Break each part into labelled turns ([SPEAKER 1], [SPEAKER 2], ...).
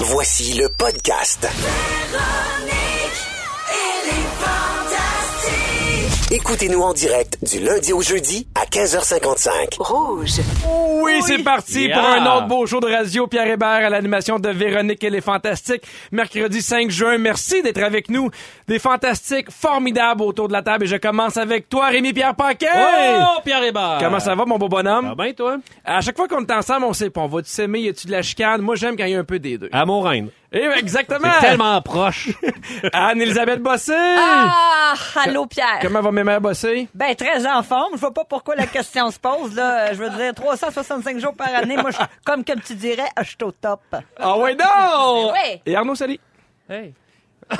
[SPEAKER 1] Voici le podcast. Écoutez-nous en direct du lundi au jeudi à 15h55.
[SPEAKER 2] Rouge.
[SPEAKER 3] Oui, c'est parti
[SPEAKER 4] Yeah.
[SPEAKER 3] pour un autre beau show de radio. Pierre Hébert à l'animation de Véronique et les Fantastiques. Mercredi 5 juin. Merci d'être avec nous. Des Fantastiques formidables autour de la table. Et je commence avec toi, Rémi-Pierre Paquet.
[SPEAKER 4] Oh, Pierre Hébert!
[SPEAKER 3] Comment ça va, mon beau bonhomme?
[SPEAKER 4] Ça va bien, toi?
[SPEAKER 3] À chaque fois qu'on est ensemble, on sait pas. On va-tu s'aimer? Y a-tu de la chicane? Moi, j'aime quand il y a un peu des deux.
[SPEAKER 4] À Montreine.
[SPEAKER 3] Eh, ben, exactement!
[SPEAKER 4] Ah. Tellement proche.
[SPEAKER 3] Anne-Elisabeth Bossé!
[SPEAKER 5] Ah, allô Pierre.
[SPEAKER 3] Comment va mes mères Bossé?
[SPEAKER 5] Ben très en forme. Je vois pas pourquoi la question se pose là. Je veux dire 365 jours par année. Moi, je, comme comme tu dirais, je suis au top.
[SPEAKER 3] Ah ouais, non!
[SPEAKER 5] Ouais.
[SPEAKER 3] Et Arnaud Sali.
[SPEAKER 6] Hey.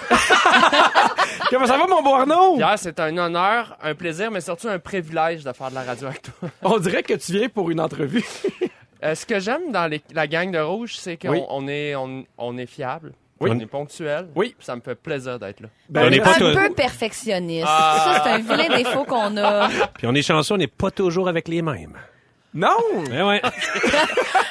[SPEAKER 3] Comment ça va, mon beau Arnaud?
[SPEAKER 6] Pierre, c'est un honneur, un plaisir, mais surtout un privilège de faire de la radio avec toi.
[SPEAKER 3] On dirait que tu viens pour une entrevue.
[SPEAKER 6] Euh, ce que j'aime dans les- la gang de Rouge, c'est qu'on
[SPEAKER 3] Oui.
[SPEAKER 6] on est, on, on est fiable,
[SPEAKER 3] Oui.
[SPEAKER 6] on est ponctuel.
[SPEAKER 3] Oui.
[SPEAKER 6] Ça me fait plaisir d'être là.
[SPEAKER 3] Ben,
[SPEAKER 4] on n'est pas
[SPEAKER 3] merci
[SPEAKER 4] tout-
[SPEAKER 7] Un peu perfectionniste. Ça, c'est un vilain défaut qu'on a.
[SPEAKER 4] Puis on est chanceux, on n'est pas toujours avec les mêmes.
[SPEAKER 3] Non!
[SPEAKER 4] Eh ouais.
[SPEAKER 3] Hey,
[SPEAKER 4] Ça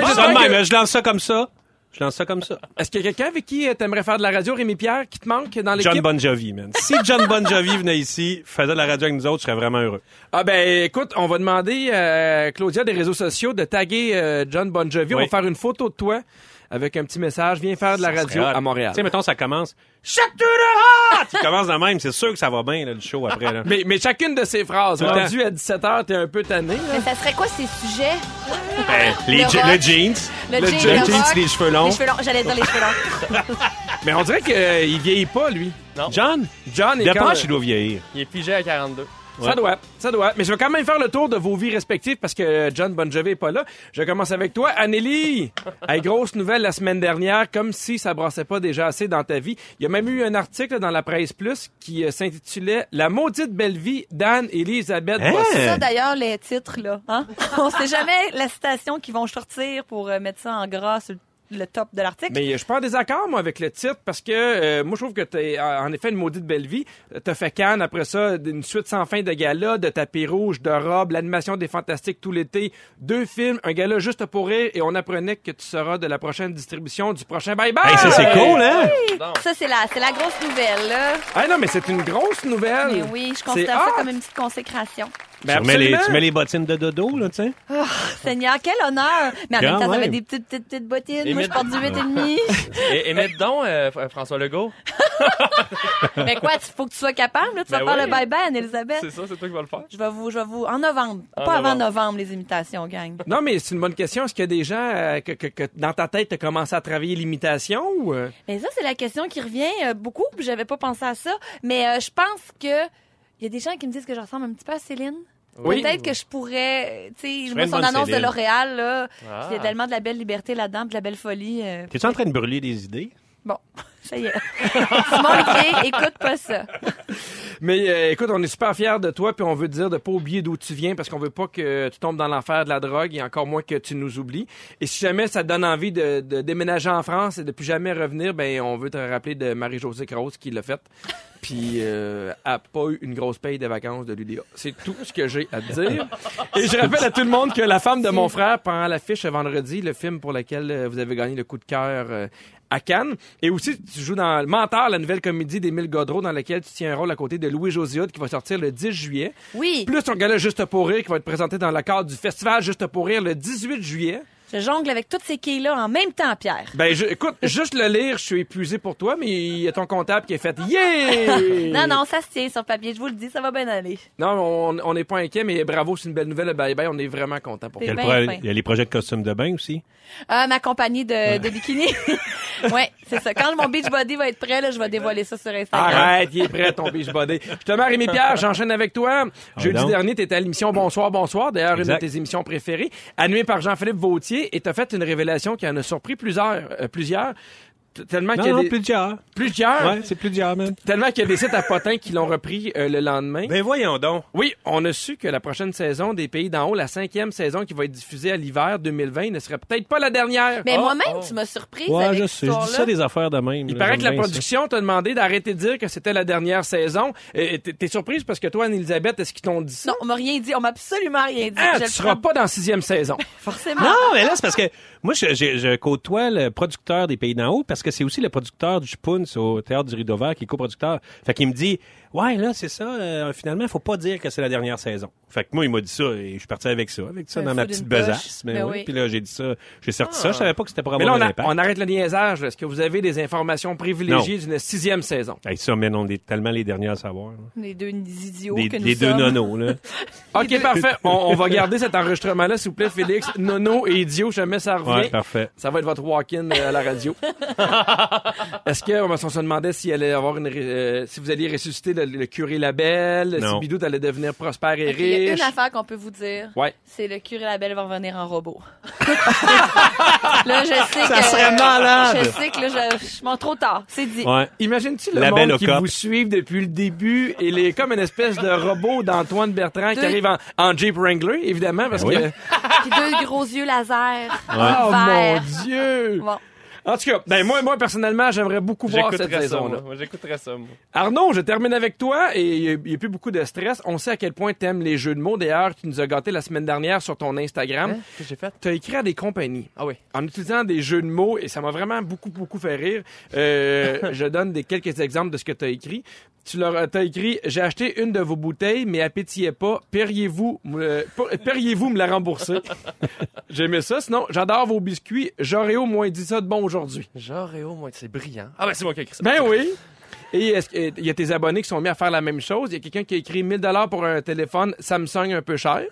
[SPEAKER 3] j'espère
[SPEAKER 4] de
[SPEAKER 3] que-
[SPEAKER 4] même, hein. Je lance ça comme ça. Je lance ça comme ça.
[SPEAKER 3] Est-ce qu'il y a quelqu'un avec qui euh, t'aimerais faire de la radio, Rémi Pierre, qui te manque dans l'équipe?
[SPEAKER 4] John Bon Jovi, man. Si John Bon Jovi venait ici, faisait de la radio avec nous autres, je serais vraiment heureux.
[SPEAKER 3] Ah ben écoute, on va demander à Claudia des réseaux sociaux de taguer euh, John Bon Jovi. On
[SPEAKER 4] Oui.
[SPEAKER 3] va faire une photo de toi avec un petit message. Viens faire de la
[SPEAKER 4] Ça
[SPEAKER 3] radio
[SPEAKER 4] serait hot.
[SPEAKER 3] à Montréal.
[SPEAKER 4] Tu sais, mettons, ça commence. Shut to the heart! Tu commences de même, c'est sûr que ça va bien, là, le show après, là.
[SPEAKER 3] Mais, mais chacune de ces phrases,
[SPEAKER 4] Tout le temps.
[SPEAKER 3] rendu à 17h, t'es un peu tanné. là.
[SPEAKER 7] Mais ça serait quoi ces sujets?
[SPEAKER 4] Ben, les
[SPEAKER 7] Le
[SPEAKER 4] je-
[SPEAKER 7] rock.
[SPEAKER 4] le jeans. jean,
[SPEAKER 7] Le, jean, le
[SPEAKER 4] jeans,
[SPEAKER 7] rock,
[SPEAKER 4] les cheveux longs.
[SPEAKER 7] Les cheveux longs. J'allais dire les cheveux longs.
[SPEAKER 3] Mais on dirait qu'il vieillit pas, lui.
[SPEAKER 4] John,
[SPEAKER 3] John est
[SPEAKER 4] de
[SPEAKER 3] quand-
[SPEAKER 4] proche, il doit vieillir.
[SPEAKER 6] Il est figé à 42.
[SPEAKER 3] Ça
[SPEAKER 4] Ouais.
[SPEAKER 3] doit, ça doit. Mais je vais quand même faire le tour de vos vies respectives parce que euh, John Bon Jovi est pas là. Je commence avec toi, Anneli. hey, grosse nouvelle la semaine dernière, comme si ça brassait pas déjà assez dans ta vie. Il y a même eu un article dans la presse plus qui euh, s'intitulait La maudite belle vie d'Anne Elisabeth
[SPEAKER 4] Hein?
[SPEAKER 3] Bossé.
[SPEAKER 7] Ça,
[SPEAKER 4] Hein?
[SPEAKER 7] d'ailleurs, les titres, là.
[SPEAKER 5] Hein? On sait jamais la citation qu'ils vont sortir pour euh, mettre ça en gras sur le top de l'article.
[SPEAKER 3] Mais euh, je suis pas en désaccord, moi, avec le titre, parce que euh, moi, je trouve que t'es en en effet une maudite belle vie. Euh, T'as fait Cannes, après ça, une suite sans fin de gala, de tapis rouge, de robe, l'animation des fantastiques tout l'été, deux films, un gala juste pour rire, et on apprenait que tu seras de la prochaine distribution du prochain Bye Bye!
[SPEAKER 4] Hey, ça, c'est cool, hein?
[SPEAKER 6] Non.
[SPEAKER 7] Ça, c'est la, c'est la grosse nouvelle, là.
[SPEAKER 3] Ah non, mais c'est une grosse nouvelle!
[SPEAKER 7] Mais oui,
[SPEAKER 3] Oh.
[SPEAKER 7] je
[SPEAKER 3] C'est
[SPEAKER 7] considère ça
[SPEAKER 3] hot.
[SPEAKER 7] comme une petite consécration.
[SPEAKER 3] Ben,
[SPEAKER 4] tu, remets les,
[SPEAKER 3] absolument.
[SPEAKER 4] tu mets les bottines de dodo, là, tu sais.
[SPEAKER 7] Seigneur, quel honneur! Mais en
[SPEAKER 4] Quand
[SPEAKER 7] même temps, ça
[SPEAKER 4] même.
[SPEAKER 7] avait des petites, petites, petites bottines.
[SPEAKER 6] Et
[SPEAKER 7] Moi, je
[SPEAKER 6] mais-
[SPEAKER 7] porte du 8,5.
[SPEAKER 6] Et, et mets donc, euh, Fr- François Legault.
[SPEAKER 7] Mais quoi, il faut que tu sois capable, là. Tu
[SPEAKER 6] Ben
[SPEAKER 7] vas faire
[SPEAKER 6] oui.
[SPEAKER 7] le bye-bye,
[SPEAKER 3] Euh.
[SPEAKER 7] Anne-Elisabeth.
[SPEAKER 6] C'est ça, c'est toi qui vas le faire.
[SPEAKER 7] Je vais vous, je vais vous. En novembre.
[SPEAKER 6] En
[SPEAKER 7] pas avant
[SPEAKER 6] novembre.
[SPEAKER 7] novembre, les imitations, gang.
[SPEAKER 3] Non, mais c'est une bonne question. Est-ce qu'il y a des gens euh, que, que- que dans ta tête, t'as commencé à travailler l'imitation ou... euh?
[SPEAKER 7] Mais ça, c'est la question qui revient euh, beaucoup. puis J'avais pas pensé à ça. Mais euh, je pense que. Il y a des gens qui me disent que je ressemble un petit peu à Céline.
[SPEAKER 3] Oui.
[SPEAKER 7] Peut-être que je pourrais. euh, Tu sais, je
[SPEAKER 4] serais
[SPEAKER 7] vois
[SPEAKER 4] une
[SPEAKER 7] son
[SPEAKER 4] bonne
[SPEAKER 7] annonce
[SPEAKER 4] Céline.
[SPEAKER 7] de L'Oréal, là.
[SPEAKER 6] Ah.
[SPEAKER 7] Il y a tellement de la belle liberté là-dedans, puis de la belle folie. euh,
[SPEAKER 4] T'es-tu en train de brûler des idées?
[SPEAKER 7] bon, ça y est. Simon Olivier, écoute pas ça.
[SPEAKER 3] Mais euh, écoute, on est super fiers de toi, puis on veut te dire de pas oublier d'où tu viens, parce qu'on veut pas que tu tombes dans l'enfer de la drogue, et encore moins que tu nous oublies. Et si jamais ça te donne envie de, de déménager en France et de plus jamais revenir, ben on veut te rappeler de Marie-Josée Croce qui l'a faite, puis euh, a pas eu une grosse paye de vacances de l'UDA. C'est tout ce que j'ai à te dire. Et je rappelle à tout le monde que la femme de mon frère pendant l'affiche vendredi, le film pour lequel euh, vous avez gagné le coup de cœur euh, à Cannes. Et aussi, tu joues dans Menteur, la nouvelle comédie d'Émile Godreau, dans laquelle tu tiens un rôle à côté de Louis José Hood, qui va sortir le 10 juillet.
[SPEAKER 7] Oui,
[SPEAKER 3] Plus ton gala Juste pour rire, qui va être présenté dans le cadre du festival Juste pour rire le 18 juillet.
[SPEAKER 7] je jongle avec toutes ces quilles-là en même temps, Pierre.
[SPEAKER 3] Ben, je- écoute, juste le lire, je suis épuisé pour toi, mais il y a ton comptable qui est fait « Yeah! »
[SPEAKER 7] Non, non, ça se tient sur papier, je vous le dis, ça va bien aller.
[SPEAKER 3] Non, on- on n'est pas inquiet, mais bravo, c'est une belle nouvelle. Bye bye, on est vraiment content pour
[SPEAKER 4] Il y,
[SPEAKER 3] toi.
[SPEAKER 4] a le
[SPEAKER 7] bien
[SPEAKER 4] pro-
[SPEAKER 7] fin.
[SPEAKER 4] il y a les projets de costumes de bain aussi.
[SPEAKER 7] Ah, ma compagnie de, de bikini. ouais, c'est ça. Quand mon beach body va être prêt, là, je vais dévoiler ça sur Instagram.
[SPEAKER 4] Ah,
[SPEAKER 3] Arrête, il est prêt, ton beachbody. Justement, Rémi-Pierre, j'enchaîne avec toi. Jeudi
[SPEAKER 4] Ah donc.
[SPEAKER 3] dernier, t'étais à l'émission Bonsoir, Bonsoir, d'ailleurs, une de
[SPEAKER 4] Exact.
[SPEAKER 3] tes émissions préférées, animée par Jean-Philippe Vautier, et t'as fait une révélation qui en a surpris plusieurs. euh, plusieurs. t- tellement qu'il y
[SPEAKER 4] Non,
[SPEAKER 3] a
[SPEAKER 4] non,
[SPEAKER 3] des-
[SPEAKER 4] plusieurs.
[SPEAKER 3] plusieurs,
[SPEAKER 4] Ouais, c'est plusieurs, man.
[SPEAKER 3] tellement qu'il y a des sites à potins qui l'ont repris euh, le lendemain.
[SPEAKER 4] Ben voyons donc.
[SPEAKER 3] Oui, on a su que la prochaine saison des Pays d'en haut, la cinquième saison qui va être diffusée à l'hiver 2020, ne serait peut-être pas la dernière.
[SPEAKER 7] Mais
[SPEAKER 3] Oh.
[SPEAKER 7] moi-même, tu m'as surprise
[SPEAKER 4] Ah, Ouais,
[SPEAKER 7] avec
[SPEAKER 4] je
[SPEAKER 7] cette
[SPEAKER 4] sais. Je dis
[SPEAKER 7] histoire-là.
[SPEAKER 4] ça des affaires de même.
[SPEAKER 3] Il
[SPEAKER 4] là,
[SPEAKER 3] paraît
[SPEAKER 4] j'aime
[SPEAKER 3] que la
[SPEAKER 4] bien ça.
[SPEAKER 3] production t'a demandé d'arrêter de dire que c'était la dernière saison. Et et t'es t'es surprise parce que toi, Anne-Elisabeth, est-ce qu'ils t'ont dit ça?
[SPEAKER 7] Non, on m'a rien dit. On m'a absolument rien dit.
[SPEAKER 3] Ah,
[SPEAKER 7] Je
[SPEAKER 3] tu
[SPEAKER 7] le
[SPEAKER 3] seras
[SPEAKER 7] prends
[SPEAKER 3] pas dans la sixième saison.
[SPEAKER 7] forcément.
[SPEAKER 4] Non, mais là, c'est parce que moi, je, je- je côtoie le producteur des Pays d'en haut parce que c'est aussi le producteur du Spoons au Théâtre du Rideau Vert qui est coproducteur. Fait qu'il me dit, ouais, là, c'est ça, euh, finalement, faut pas dire que c'est la dernière saison. Fait que moi, il m'a dit ça et je suis parti avec ça, avec ça
[SPEAKER 3] Ben,
[SPEAKER 7] Un
[SPEAKER 4] dans ma
[SPEAKER 7] fou
[SPEAKER 4] petite
[SPEAKER 7] d'une poche.
[SPEAKER 4] besace. Mais
[SPEAKER 7] Ben
[SPEAKER 4] oui.
[SPEAKER 7] oui.
[SPEAKER 4] Puis là, j'ai dit ça, j'ai sorti ça, je savais pas que c'était pour
[SPEAKER 3] Ah. Mais
[SPEAKER 4] avoir
[SPEAKER 3] là, on,
[SPEAKER 4] un
[SPEAKER 3] a-
[SPEAKER 4] impact.
[SPEAKER 3] on arrête le niaisage. là. Est-ce que vous avez des informations privilégiées d'une sixième saison?
[SPEAKER 4] Hey, ça, mais on est tellement les derniers à savoir. là.
[SPEAKER 7] Les deux idiots
[SPEAKER 4] Les,
[SPEAKER 7] que nous
[SPEAKER 4] les deux
[SPEAKER 7] sommes.
[SPEAKER 4] nonos, là.
[SPEAKER 3] OK, parfait. On, on va garder cet enregistrement-là, s'il vous plaît, Félix. Nono et Idiot, jamais ça revient.
[SPEAKER 4] Ouais, parfait.
[SPEAKER 3] Ça va être votre walk-in euh, à la radio. Est-ce que on se demandait si, allait avoir une, ré- euh, si vous alliez ressusciter le, le curé Labelle,
[SPEAKER 4] Non.
[SPEAKER 3] si Bidou allait devenir prospère et
[SPEAKER 7] Ok, Il y a
[SPEAKER 3] riche?
[SPEAKER 7] une affaire qu'on peut vous dire.
[SPEAKER 3] Ouais.
[SPEAKER 7] C'est le curé Labelle va revenir en robot. là, je sais
[SPEAKER 4] Ça
[SPEAKER 7] que.
[SPEAKER 4] serait malade.
[SPEAKER 7] Je sais que là, je, je m'en trop tard. C'est dit.
[SPEAKER 4] Ouais.
[SPEAKER 3] Imagine-tu le
[SPEAKER 4] Labelle
[SPEAKER 3] monde
[SPEAKER 4] au
[SPEAKER 3] qui
[SPEAKER 4] cop.
[SPEAKER 3] vous suivent depuis le début et les comme une espèce de robot d'Antoine Bertrand qui
[SPEAKER 7] Deux.
[SPEAKER 3] arrive en, en Jeep Wrangler, évidemment, parce
[SPEAKER 4] Ben oui.
[SPEAKER 3] que...
[SPEAKER 7] Puis deux gros yeux laser.
[SPEAKER 3] Oh
[SPEAKER 7] verts.
[SPEAKER 3] mon Dieu!
[SPEAKER 7] Bon.
[SPEAKER 3] En tout cas, ben moi, moi personnellement, j'aimerais beaucoup voir cette
[SPEAKER 6] J'écouterais ça,
[SPEAKER 3] saison-là.
[SPEAKER 6] moi. Moi, J'écouterais ça, moi.
[SPEAKER 3] Arnaud, je termine avec toi et il n'y a, plus beaucoup de stress. On sait à quel point t'aimes les jeux de mots. D'ailleurs, tu nous as gâté la semaine dernière sur ton Instagram.
[SPEAKER 6] Hein? Qu'est-ce que j'ai fait?
[SPEAKER 3] T'as écrit à des compagnies
[SPEAKER 6] Ah oui.
[SPEAKER 3] en utilisant des jeux de mots et ça m'a vraiment beaucoup, beaucoup fait rire. Euh, je donne des, quelques exemples de ce que t'as écrit. Tu leur as écrit J'ai acheté une de vos bouteilles, mais appétiez pas. Périez-vous euh, pour- périez-vous me la rembourser. J'aimais ça. Sinon, j'adore vos biscuits. J'aurais au moins dit ça de bon aujourd'hui.
[SPEAKER 6] Genre et au moins, c'est brillant. Ah ben c'est moi qui ai écrit ça.
[SPEAKER 3] Ben oui. Et est-ce que- et il y a tes abonnés qui sont mis à faire la même chose. Il y a quelqu'un qui a écrit 1000 dollars pour un téléphone Samsung un peu cher.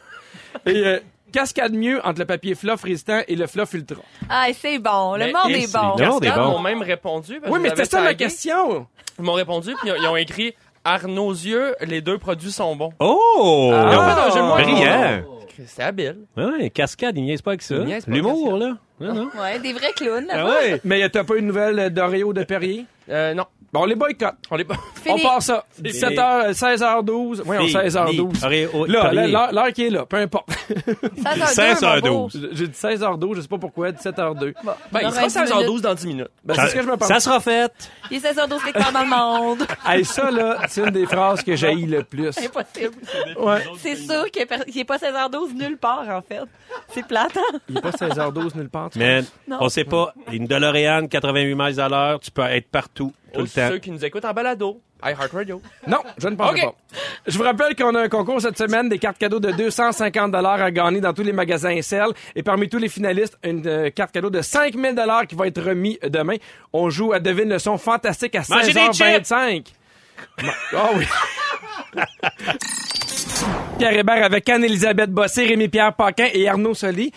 [SPEAKER 3] Et euh, qu'est-ce qu'il y a de mieux entre le papier fluff résistant et le fluff ultra?
[SPEAKER 7] Ah, c'est bon. Le
[SPEAKER 6] Mais-
[SPEAKER 7] monde
[SPEAKER 6] et
[SPEAKER 7] est
[SPEAKER 4] c'est
[SPEAKER 7] bon.
[SPEAKER 4] là.
[SPEAKER 6] Non,
[SPEAKER 4] Non, des bons.
[SPEAKER 6] m'ont même répondu. parce
[SPEAKER 3] Oui,
[SPEAKER 6] que
[SPEAKER 3] mais
[SPEAKER 6] je l'avais
[SPEAKER 3] c'était ça ma
[SPEAKER 6] tagué.
[SPEAKER 3] question.
[SPEAKER 6] Ils m'ont répondu, puis ils ont- ils ont écrit À nos yeux, les deux produits sont bons.
[SPEAKER 4] Oh!
[SPEAKER 3] Ah!
[SPEAKER 6] Ils ont fait un jeu de mots avec
[SPEAKER 4] Brillant!
[SPEAKER 6] mon nom. C'est habile.
[SPEAKER 4] Ah Ouais, cascade, il niaise pas avec ça.
[SPEAKER 6] Il niaise pas
[SPEAKER 4] L'humour, là. Non, non.
[SPEAKER 7] Ouais, des vrais clowns.
[SPEAKER 4] Ah
[SPEAKER 7] là-bas.
[SPEAKER 4] ouais!
[SPEAKER 3] Mais euh, t'as pas une nouvelle euh, d'Oreo de Perrier?
[SPEAKER 6] Euh, non,
[SPEAKER 3] Bon, on les boycotte.
[SPEAKER 6] on l'est pas.
[SPEAKER 7] Fini.
[SPEAKER 3] On part ça.
[SPEAKER 4] Fini. Ah,
[SPEAKER 3] 17h, 16h12. Oui, on 16h12. Là, là, l'heure- l'heure qui est là, peu importe.
[SPEAKER 7] Ça, c'est un
[SPEAKER 4] Cinq
[SPEAKER 7] deux,
[SPEAKER 4] heures
[SPEAKER 7] mon beau.
[SPEAKER 3] J'ai dit 16h12, je sais pas pourquoi, 17h02.
[SPEAKER 6] Ben, il sera
[SPEAKER 7] Laurent,
[SPEAKER 6] 16h12 dans 10 minutes.
[SPEAKER 3] Ben, c'est ce que je me pense.
[SPEAKER 4] Euh, Ça sera fait.
[SPEAKER 7] Il est 16h12 quelque part dans le monde.
[SPEAKER 3] Hey, ça, là, c'est une des phrases que j'ai le plus.
[SPEAKER 7] Impossible.
[SPEAKER 3] Ouais.
[SPEAKER 7] C'est sûr qu'il est per- qu'il est pas 16h12 nulle part, en fait. C'est plate, hein?
[SPEAKER 3] Il est pas 16h12 nulle part. tu
[SPEAKER 4] Mais
[SPEAKER 7] Non.
[SPEAKER 4] on sait pas. Une DeLorean, 88 miles à l'heure, tu peux être partout, tout
[SPEAKER 6] Pour
[SPEAKER 4] le temps.
[SPEAKER 6] ceux qui nous écoutent en balado, iHeartRadio.
[SPEAKER 3] Non, je ne pense
[SPEAKER 6] Ok.
[SPEAKER 3] pas. Je vous rappelle qu'on a un concours cette semaine, des cartes cadeaux de 250 à gagner dans tous les magasins SL. Et parmi tous les finalistes, une euh, carte cadeau de 5000 qui va être remis demain. On joue à Devine le son fantastique à
[SPEAKER 4] Mangez des
[SPEAKER 3] 16h25. Ma- Ah oui. Pierre Hébert avec Anne-Elisabeth Bossé, Rémi-Pierre Paquin et Arnaud Soli.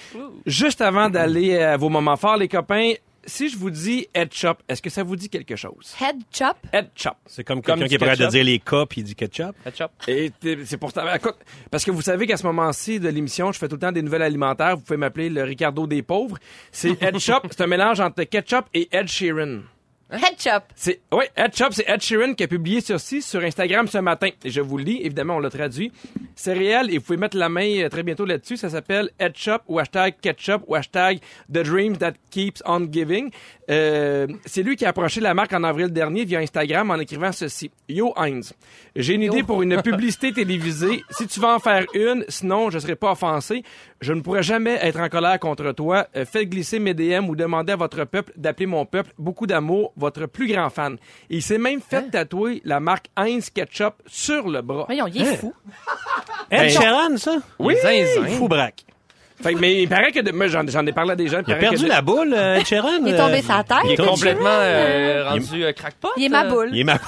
[SPEAKER 3] Juste avant d'aller euh, à vos moments forts, les copains, si je vous dis Head Shop, est-ce que ça vous dit quelque chose?
[SPEAKER 7] Head chop.
[SPEAKER 3] Head Shop.
[SPEAKER 4] C'est comme
[SPEAKER 6] Comme
[SPEAKER 4] quelqu'un
[SPEAKER 6] du
[SPEAKER 4] qui est prêt à
[SPEAKER 6] ketchup.
[SPEAKER 4] dire les cas puis il dit ketchup.
[SPEAKER 6] Ketchup.
[SPEAKER 3] Et t'es- c'est pour ta- écoute, parce que vous savez qu'à ce moment-ci de l'émission, je fais tout le temps des nouvelles alimentaires. Vous pouvez m'appeler le Ricardo des pauvres. C'est Head Shop, c'est un mélange entre ketchup et Ed Sheeran.
[SPEAKER 7] Hein? Head chop.
[SPEAKER 3] C'est oui, Ed Shop, c'est Ed Sheeran qui a publié ceci sur Instagram ce matin. Et je vous le lis, évidemment, on l'a traduit. C'est réel et vous pouvez mettre la main euh, très bientôt là-dessus. Ça s'appelle Head Shop ou hashtag ketchup ou hashtag The Dream That Keeps On Giving. Euh, c'est lui qui a approché la marque en avril dernier via Instagram en écrivant ceci. Yo Heinz, j'ai une idée pour une publicité télévisée. Si tu vas en faire une, sinon je serai pas offensé. Je ne pourrai jamais être en colère contre toi. Euh, faites glisser mes DM ou demandez à votre peuple d'appeler mon peuple. Beaucoup d'amour, votre plus grand fan. Et il s'est même fait tatouer la marque Heinz Ketchup sur le bras.
[SPEAKER 7] Hein? Voyons, il
[SPEAKER 4] Hein?
[SPEAKER 7] est fou.
[SPEAKER 4] Ed Sheeran, ça?
[SPEAKER 3] Oui!
[SPEAKER 6] Zinzin.
[SPEAKER 4] Fou braque.
[SPEAKER 3] Fait que- mais il paraît que... de- moi, j'en, j'en ai parlé à des gens.
[SPEAKER 4] Il a
[SPEAKER 3] paraît
[SPEAKER 4] perdu
[SPEAKER 3] que-
[SPEAKER 4] la boule, euh, Ed Sheeran.
[SPEAKER 7] Il est tombé
[SPEAKER 4] euh,
[SPEAKER 7] sa tête.
[SPEAKER 4] il est
[SPEAKER 6] Il est
[SPEAKER 4] tombé-
[SPEAKER 6] complètement euh, rendu euh, crackpot.
[SPEAKER 7] Il est ma
[SPEAKER 6] euh.
[SPEAKER 7] boule.
[SPEAKER 4] Il est ma...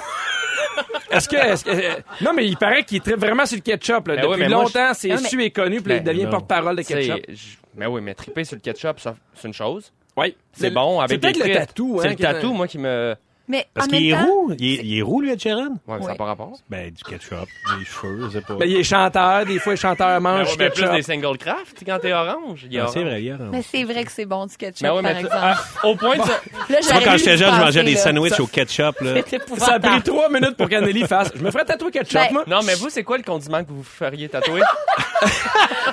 [SPEAKER 3] Est-ce que... est-ce que- euh, non, mais il paraît qu'il tripe vraiment sur le ketchup. là.
[SPEAKER 6] Ben
[SPEAKER 3] Depuis
[SPEAKER 6] ouais, mais moi,
[SPEAKER 3] longtemps, c'est
[SPEAKER 7] Non, mais-
[SPEAKER 3] su et connu, puis là, il
[SPEAKER 6] Ben
[SPEAKER 3] devient
[SPEAKER 4] non.
[SPEAKER 3] porte-parole de ketchup.
[SPEAKER 6] C'est- je- Mais oui, mais triper sur le ketchup, ça, c'est une chose.
[SPEAKER 3] Oui.
[SPEAKER 6] C'est bon avec
[SPEAKER 3] C'est peut-être
[SPEAKER 6] des
[SPEAKER 3] le
[SPEAKER 6] frites.
[SPEAKER 3] tatou, hein,
[SPEAKER 6] C'est le
[SPEAKER 3] qui est un-
[SPEAKER 6] tatou, moi, qui me.
[SPEAKER 7] Mais
[SPEAKER 4] Parce
[SPEAKER 7] en
[SPEAKER 4] qu'il est
[SPEAKER 7] même temps,
[SPEAKER 4] roux. Il est, il est roux, lui, Ed Sheeran?
[SPEAKER 6] Ouais, mais ça
[SPEAKER 7] Ouais.
[SPEAKER 6] n'a pas rapport.
[SPEAKER 4] Ben, du ketchup, des cheveux, je sais pas.
[SPEAKER 3] Ben, il est chanteur, des fois, les chanteurs
[SPEAKER 6] Mais
[SPEAKER 3] mangent
[SPEAKER 6] on
[SPEAKER 3] du
[SPEAKER 6] met plus
[SPEAKER 3] ketchup.
[SPEAKER 6] des single craft quand t'es orange. Il y a
[SPEAKER 4] Ah, c'est
[SPEAKER 6] orange.
[SPEAKER 4] vrai, il y a un-
[SPEAKER 7] mais c'est vrai que c'est bon du ketchup,
[SPEAKER 6] Mais ouais,
[SPEAKER 7] par
[SPEAKER 6] mais
[SPEAKER 7] exemple.
[SPEAKER 6] ah, au point de ça.
[SPEAKER 7] Là,
[SPEAKER 4] Moi,
[SPEAKER 7] j'aurais
[SPEAKER 4] quand
[SPEAKER 7] dû
[SPEAKER 4] j'étais
[SPEAKER 7] le
[SPEAKER 4] jeune, je
[SPEAKER 7] penser,
[SPEAKER 4] mangeais des
[SPEAKER 7] là.
[SPEAKER 4] sandwichs au ketchup, là.
[SPEAKER 5] C'est
[SPEAKER 3] Ça a
[SPEAKER 5] épouvantable.
[SPEAKER 3] pris trois minutes pour qu'Anneli fasse. Je me ferais tatouer ketchup,
[SPEAKER 7] Ben,
[SPEAKER 3] moi.
[SPEAKER 6] Non, mais vous, c'est quoi le condiment que vous feriez tatouer?
[SPEAKER 3] Oh.